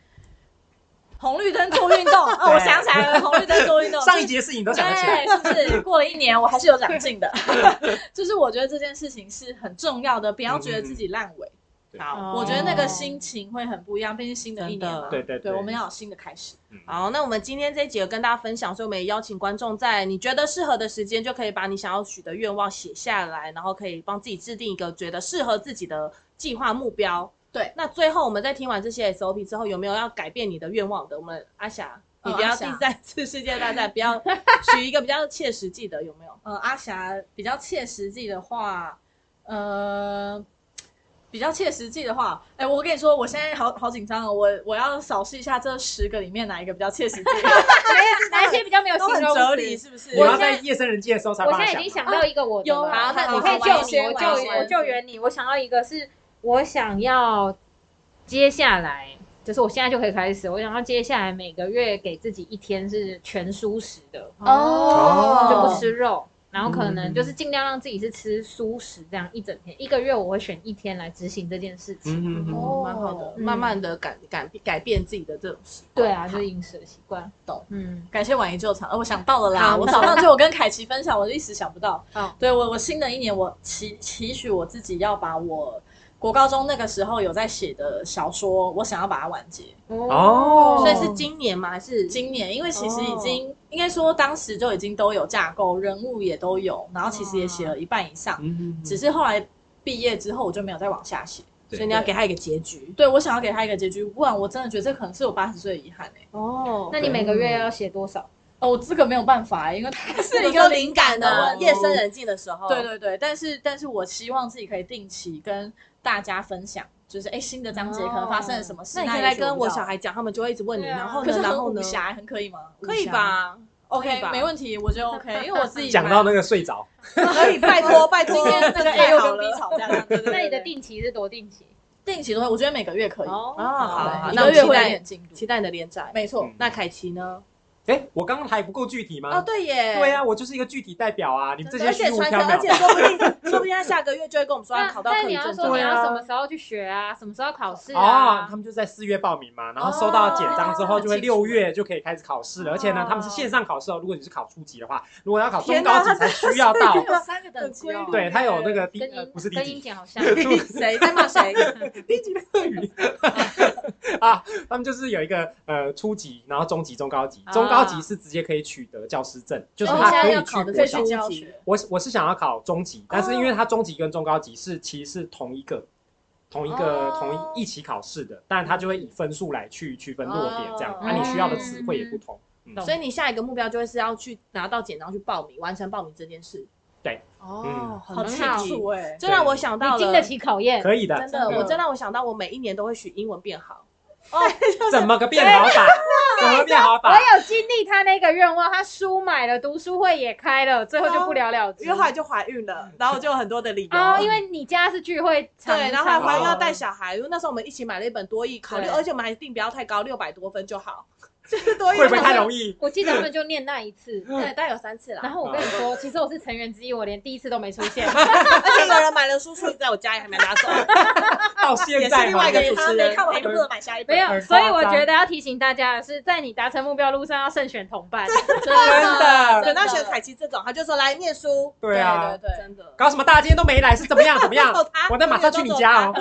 Speaker 4: 红绿灯做运动。哦，我想起来了，红绿灯做运动。
Speaker 5: 上一
Speaker 4: 就是
Speaker 5: 节事情都想得起来，
Speaker 4: 对，是不是过了一年我还是有长进的？ 就是我觉得这件事情是很重要的，不要觉得自己烂尾。
Speaker 3: 好，
Speaker 4: 我觉得那个心情会很不一样，毕竟新哦的一年嘛，
Speaker 5: 真的对对对
Speaker 4: 我们要有新的开始。
Speaker 5: 嗯
Speaker 3: 好，那我们今天这一集有跟大家分享，所以我们也邀请观众在你觉得适合的时间，就可以把你想要许的愿望写下来，然后可以帮自己制定一个觉得适合自己的计划目标。
Speaker 4: 对
Speaker 3: 那最后我们在听完这些 SOP 之后，有没有要改变你的愿望的？我们阿霞，
Speaker 4: 嗯
Speaker 3: 你不要
Speaker 4: 阿
Speaker 3: 第
Speaker 4: 霞
Speaker 3: 三次世界大战，不要许一个比较切实际的，有没有？
Speaker 4: 呃，阿霞比较切实际的话，呃，比较切实际的话，哎、我跟你说，我现在好好紧张哦，我我要扫视一下这十个里面哪一个比较切 实际，
Speaker 6: 哪一些比较没有
Speaker 3: 都
Speaker 6: 形
Speaker 3: 很
Speaker 6: 容
Speaker 3: 哲理，
Speaker 6: 词？
Speaker 3: 是不是？
Speaker 5: 你要在夜深人静的时候才
Speaker 6: 我
Speaker 5: 帮
Speaker 6: 现
Speaker 5: 他
Speaker 6: 在已
Speaker 5: 想
Speaker 6: 经
Speaker 5: 嘛。
Speaker 6: 想到一个我的
Speaker 4: 有
Speaker 6: 了，
Speaker 3: 好那
Speaker 6: 啊
Speaker 3: 你
Speaker 6: 我可以
Speaker 3: 先
Speaker 6: 救你，
Speaker 3: 我先我
Speaker 6: 我救你，
Speaker 3: 先
Speaker 6: 我救援你。我想到一个是，我想要接下来，就是我现在就可以开始，我想要接下来每个月给自己一天是全蔬食的，
Speaker 5: 哦
Speaker 6: 就不吃肉。然后可能
Speaker 5: 嗯
Speaker 6: 就是尽量让自己是吃蔬食，这样一整天，一个月我会选一天来执行这件事情。
Speaker 5: 嗯嗯嗯，
Speaker 3: 哦，蛮好的，
Speaker 6: 嗯
Speaker 3: 慢慢的改改改变自己的这种习惯。
Speaker 6: 对啊，就是饮食的习惯。
Speaker 4: 懂？
Speaker 6: 嗯，
Speaker 4: 感谢婉仪救场，呃，我想到了啦，
Speaker 3: 好
Speaker 4: 我早上就我跟凯奇分享，我一时想不到。
Speaker 3: 好
Speaker 4: 对我我新的一年，我期期许我自己要把我国高中那个时候有在写的小说，我想要把它完结。
Speaker 5: 哦
Speaker 3: 所以是今年吗？还是
Speaker 4: 今年，因为其实已
Speaker 3: 哦
Speaker 4: 经、应该说当时就已经都有架构，人物也都有，然后其实也写了一半以上，
Speaker 5: 嗯
Speaker 4: 只是后来毕业之后我就没有再往下写。
Speaker 3: 所以你要给他一个结局
Speaker 4: 对我想要给他一个结局，不然我真的觉得这可能是我八十岁的遗憾哎、
Speaker 3: 哦
Speaker 6: 那你每个月要写多少？
Speaker 4: 哦，我这个没有办法、因为它
Speaker 3: 是
Speaker 4: 是一
Speaker 3: 一个哦
Speaker 4: 个
Speaker 3: 灵
Speaker 4: 灵
Speaker 3: 感
Speaker 4: 感的
Speaker 3: 的
Speaker 4: 问题。
Speaker 3: 夜深人静的时候，
Speaker 4: 对对对，但是但是我希望自己可以定期跟大家分享，就是哎新的章节可能发生了什么事，
Speaker 3: 那你可以
Speaker 4: 也
Speaker 3: 来
Speaker 4: 许我
Speaker 3: 跟
Speaker 4: 不
Speaker 3: 我
Speaker 4: 知道
Speaker 3: 小，孩讲，他们就会一直问你，
Speaker 6: 对啊
Speaker 3: 然后
Speaker 4: 可
Speaker 3: 呢，
Speaker 4: 是
Speaker 3: 然
Speaker 4: 很
Speaker 3: 后
Speaker 4: 武
Speaker 3: 呢，
Speaker 4: 侠很可以吗？
Speaker 3: 可以
Speaker 4: 武侠
Speaker 3: 吧可以吧
Speaker 4: ？OK，没问题，我觉得 OK，因为我自己
Speaker 5: 讲
Speaker 4: 蛮
Speaker 5: 到那个睡着，
Speaker 3: 可以，拜托拜
Speaker 4: 今
Speaker 3: 托，
Speaker 4: 天
Speaker 3: 这 个
Speaker 4: 那个
Speaker 3: A
Speaker 4: A
Speaker 3: 又
Speaker 4: 又
Speaker 3: 跟
Speaker 4: 跟
Speaker 3: B
Speaker 4: B
Speaker 3: 吵，
Speaker 4: 吵架了，对对对对
Speaker 6: 那你的定期是多定期？
Speaker 4: 定期都会，我觉得每个月可以，
Speaker 6: 哦，
Speaker 3: 啊，好
Speaker 4: 对
Speaker 3: 好，
Speaker 4: 一
Speaker 3: 那
Speaker 4: 个
Speaker 3: 我
Speaker 4: 月
Speaker 3: 期
Speaker 4: 会有点
Speaker 3: 待
Speaker 4: 进度。
Speaker 3: 期待你的连载。
Speaker 4: 没
Speaker 5: 嗯
Speaker 4: 错，
Speaker 3: 那凯奇呢？
Speaker 5: 哎，我刚刚还不够具体吗？
Speaker 4: 哦，对耶，
Speaker 5: 对啊，我就是一个具体代表啊！你们这些
Speaker 4: 而且
Speaker 5: 虚无
Speaker 4: 传
Speaker 5: 缥
Speaker 4: 承，而且
Speaker 5: 缈，
Speaker 4: 说不定，说不定他下个月就会跟我们说他
Speaker 6: 那
Speaker 4: 考到
Speaker 6: 那
Speaker 4: 可
Speaker 6: 你
Speaker 4: 以
Speaker 6: 要
Speaker 4: 证
Speaker 6: 说你
Speaker 4: 照。啊
Speaker 6: 要什么时候去学啊？什么时候考试
Speaker 5: 哦
Speaker 6: 啊，？
Speaker 5: 他们就在四月报名嘛，然后收到简章之后，就会六月就可以开始考试了。而且呢，他们是线上考试哦。如果你是考初级的话，如果要考中
Speaker 4: 天哪
Speaker 5: 高级才需要到，
Speaker 4: 有三个等级哦，
Speaker 5: 对，它有那个低
Speaker 6: 跟
Speaker 5: 呃
Speaker 6: 英
Speaker 5: 不是低
Speaker 6: 跟英
Speaker 5: 级
Speaker 6: 姐 好像，
Speaker 5: 初
Speaker 3: 谁在骂谁？
Speaker 5: 低级的俄语 啊，他们就是有一个呃初级，然后中级、中高级，中高级是直接可以取得教师证， 就是
Speaker 3: 啊哦
Speaker 5: 他
Speaker 3: 现
Speaker 5: 可
Speaker 3: 在
Speaker 5: 以
Speaker 3: 要
Speaker 5: 去
Speaker 3: 考的
Speaker 5: 国
Speaker 4: 可以
Speaker 5: 小
Speaker 4: 去
Speaker 3: 是。
Speaker 4: 教学。
Speaker 5: 我是我是想要考中级，但是因
Speaker 3: 哦
Speaker 5: 为它中级跟中高级是其实是同一个。同一个
Speaker 3: 哦
Speaker 5: 同一一起考试的，但它就会以分数来去区分落点，这样啊
Speaker 3: 哦，
Speaker 5: 那、你需要的词汇也不同。嗯
Speaker 6: 懂
Speaker 3: 所以你下一个目标就会是要去拿到简章去报名，完成报名这件事。
Speaker 5: 对，
Speaker 3: 哦
Speaker 5: 嗯，
Speaker 3: 很
Speaker 4: 好
Speaker 3: 刺
Speaker 4: 清
Speaker 6: 好
Speaker 3: 激
Speaker 4: 楚哎，
Speaker 3: 这让我想到
Speaker 6: 你
Speaker 3: 了，
Speaker 6: 经得起考验。
Speaker 5: 可以的，
Speaker 3: 真的，
Speaker 4: 真的
Speaker 3: 我真让我想到，我每一年都会许英文变好。
Speaker 5: 怎么个变好法？怎么个变好
Speaker 6: 我
Speaker 5: 法？
Speaker 6: 有经历他那个愿望，他书买了，读书会也开了，最后就不了了
Speaker 3: 哦
Speaker 6: 之。
Speaker 4: 因为后来就怀孕了，然后就有很多的理由。
Speaker 6: 哦，因为你家是聚会场，
Speaker 3: 嗯
Speaker 6: 哦
Speaker 3: 对，然后还怀
Speaker 5: 怀
Speaker 3: 孕
Speaker 5: 孕
Speaker 3: 要
Speaker 5: 要
Speaker 3: 带
Speaker 5: 带
Speaker 3: 小孩，因为那时候我们一起买了一本多益考虑，
Speaker 6: 对
Speaker 3: 而且我们还定不要太高，六百多分就好， 就是多益
Speaker 5: 会不会太容易？
Speaker 6: 我记得他们就念那一次。
Speaker 3: 对，但有三次啦。
Speaker 6: 然后我跟你说，其实我是成员之一，我连第一次都没出现。
Speaker 3: 而且有人买了书，书在我家也还没拿走，
Speaker 5: 到
Speaker 3: 也
Speaker 5: 现
Speaker 3: 是
Speaker 5: 在
Speaker 3: 另外一个
Speaker 5: 吗
Speaker 3: 主持人。看我还不能买下一本。
Speaker 6: 没有，
Speaker 5: 很
Speaker 6: 所
Speaker 5: 夸
Speaker 6: 以我
Speaker 5: 张
Speaker 6: 觉得要提醒大家的是，在你达成目标路上要慎选同伴。
Speaker 5: 真的
Speaker 3: 等到选凯奇这种，他就说来念书。
Speaker 5: 对啊
Speaker 3: 对对，真的。
Speaker 5: 搞什么大家今天都没来是怎么样？怎么 样
Speaker 3: 都走他？
Speaker 5: 我那马上去你家哦。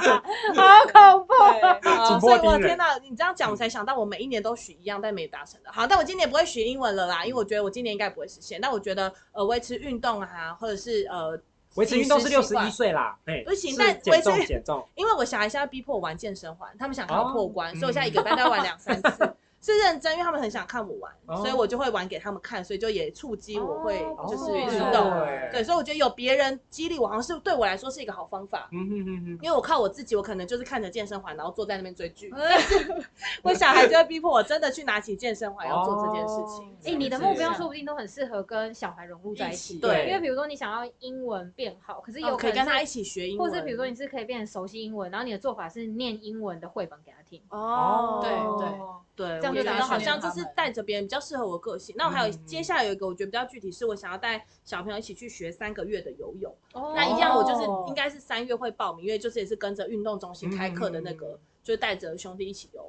Speaker 6: 好恐怖！
Speaker 3: 对，
Speaker 5: 紧
Speaker 3: 啊所
Speaker 5: 迫
Speaker 3: 以我
Speaker 5: 盯人
Speaker 3: 天哪！你这样讲，我才想到我每一年都许一样，但没达成的。好，但我今年不会许英文了啦，因为我觉得我今年应该不会实现。但我觉得呃，维持运动啊，或者是呃，
Speaker 5: 维持运动是六
Speaker 3: 饮食习
Speaker 5: 十
Speaker 3: 惯
Speaker 5: 一岁啦，哎，
Speaker 3: 不行
Speaker 5: 是
Speaker 3: 但维
Speaker 5: 减
Speaker 3: 持
Speaker 5: 重减重，
Speaker 3: 因为我小孩现在逼迫我玩健身环，他们想看我
Speaker 5: 哦
Speaker 3: 破关，
Speaker 5: 嗯
Speaker 3: 所以我现在一个礼拜大概玩两三次，是认真，因为他们很想看我玩，
Speaker 5: 哦
Speaker 3: 所以我就会玩给他们看，所以就也促激我会
Speaker 6: 哦
Speaker 3: 就是
Speaker 6: 哦
Speaker 3: 运
Speaker 6: 是
Speaker 3: 动。
Speaker 6: 哦
Speaker 3: 对，所以我觉得有别人激励我，好像是对我来说是一个好方法。
Speaker 5: 嗯哼哼哼，
Speaker 3: 因为我靠我自己，我可能就是看着健身环，然后坐在那边追剧。但是我小孩就会逼迫我真的去拿起健身环，要做这件事情
Speaker 5: 哦。
Speaker 6: 哎、你的目标说不定都很适合跟小孩融入在一
Speaker 3: 一
Speaker 6: 起，
Speaker 3: 起
Speaker 5: 对
Speaker 6: 因为比如说你想要英文变好，可是
Speaker 3: 哦
Speaker 6: 有
Speaker 3: 可以跟他一
Speaker 6: 起，
Speaker 3: 起学英
Speaker 6: 或
Speaker 3: 文，
Speaker 6: 是比如说你是可以变成熟悉英文，然后你的做法是念英文的绘本给他听，
Speaker 3: 哦，
Speaker 4: 对对
Speaker 3: 对，
Speaker 6: 这样
Speaker 3: 我
Speaker 6: 就
Speaker 3: 觉
Speaker 6: 打
Speaker 3: 得
Speaker 6: 算
Speaker 3: 好
Speaker 6: 给
Speaker 3: 像就
Speaker 4: 他
Speaker 3: 是
Speaker 4: 们
Speaker 3: 带着别人比较适合我的个性。那我还有
Speaker 5: 嗯
Speaker 3: 接下来有一个，我觉得比较具体，是我想要带小朋友一起去学三个月的游泳。
Speaker 6: 哦
Speaker 3: 那一样，我就是
Speaker 4: 哦
Speaker 3: 应该是三月会报名，因为就是也是跟着运动中心开课的那个
Speaker 5: 嗯，
Speaker 3: 就带着兄弟一起游。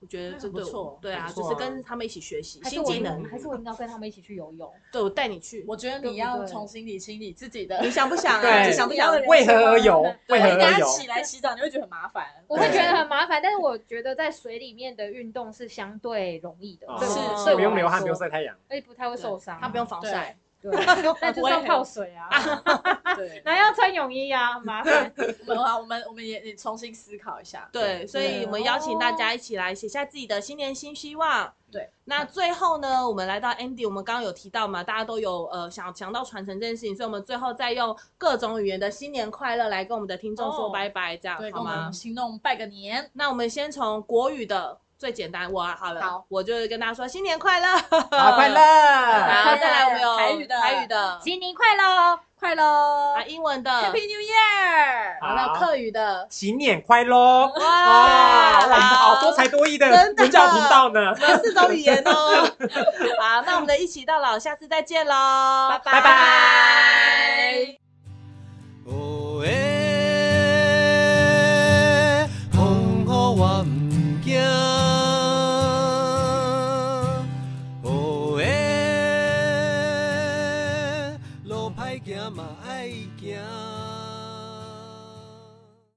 Speaker 3: 我觉得这对
Speaker 4: 那很不
Speaker 3: 我
Speaker 4: 错，
Speaker 3: 对啊，
Speaker 5: 很不
Speaker 3: 就
Speaker 5: 错
Speaker 3: 是
Speaker 5: 啊
Speaker 3: 跟他们一起学习
Speaker 6: 还是
Speaker 3: 新
Speaker 6: 我
Speaker 3: 技
Speaker 6: 应
Speaker 3: 能。
Speaker 6: 还是我应该要跟他们一起去游泳，
Speaker 3: 对，我带你去。
Speaker 4: 我觉得你
Speaker 6: 对
Speaker 4: 要
Speaker 6: 不对
Speaker 4: 重新理清你自己的，
Speaker 3: 你想不想啊？
Speaker 5: 对
Speaker 3: 你想不想？
Speaker 5: 为何而游？为何
Speaker 4: 你等
Speaker 5: 而
Speaker 4: 下
Speaker 5: 游？
Speaker 4: 起来洗澡，你会觉得很麻烦。
Speaker 6: 我会觉得很麻烦，但是我觉得在水里面的运动是相对容易的，
Speaker 5: 哦
Speaker 6: 对我
Speaker 4: 是
Speaker 6: 对
Speaker 4: 是
Speaker 6: 我
Speaker 5: 不用
Speaker 6: 来
Speaker 5: 流汗，不
Speaker 6: 说
Speaker 5: 用晒太阳。
Speaker 6: 而且不太会受伤，啊
Speaker 3: 他不用防晒。
Speaker 6: 对， 那就是要泡水啊，
Speaker 4: 对，
Speaker 6: 然后要穿泳衣啊，很麻烦。
Speaker 4: 我们啊，我们我们也也重新思考一下。
Speaker 3: 对，所以我们邀请大家一起来写下自己的新年新希望。
Speaker 4: 对，
Speaker 3: 那最后呢，我们来到 Andy，我们刚刚有提到嘛，大家都有呃想强到传承这件事情，所以我们最后再用各种语言的新年快乐来跟我们的听众说
Speaker 4: 哦
Speaker 3: 拜拜，这样
Speaker 4: 对，跟
Speaker 3: 好
Speaker 4: 我
Speaker 3: 吗
Speaker 4: 们？心动拜个年，
Speaker 3: 那我们先从国语的最简单，我啊好了，
Speaker 4: 好，
Speaker 3: 我就是跟大家说新年快乐，
Speaker 5: 好，快乐！
Speaker 3: 然后再来我们有
Speaker 4: 台语的
Speaker 3: 台语的，
Speaker 6: 新年快乐，快乐
Speaker 3: 啊，英文的，
Speaker 4: Happy New Year！
Speaker 5: 好
Speaker 4: 好，那客语的，
Speaker 5: 新年快乐！
Speaker 3: 哇，
Speaker 5: 哇，我们好多才多艺的
Speaker 3: 真的
Speaker 5: 文教频道呢。
Speaker 3: 有四种语言 哦。好，那我们的一起到老，下次再见喽，
Speaker 5: 拜拜。
Speaker 1: 哦耶，风雨我毋惊。哦耶，路歹行嘛爱行。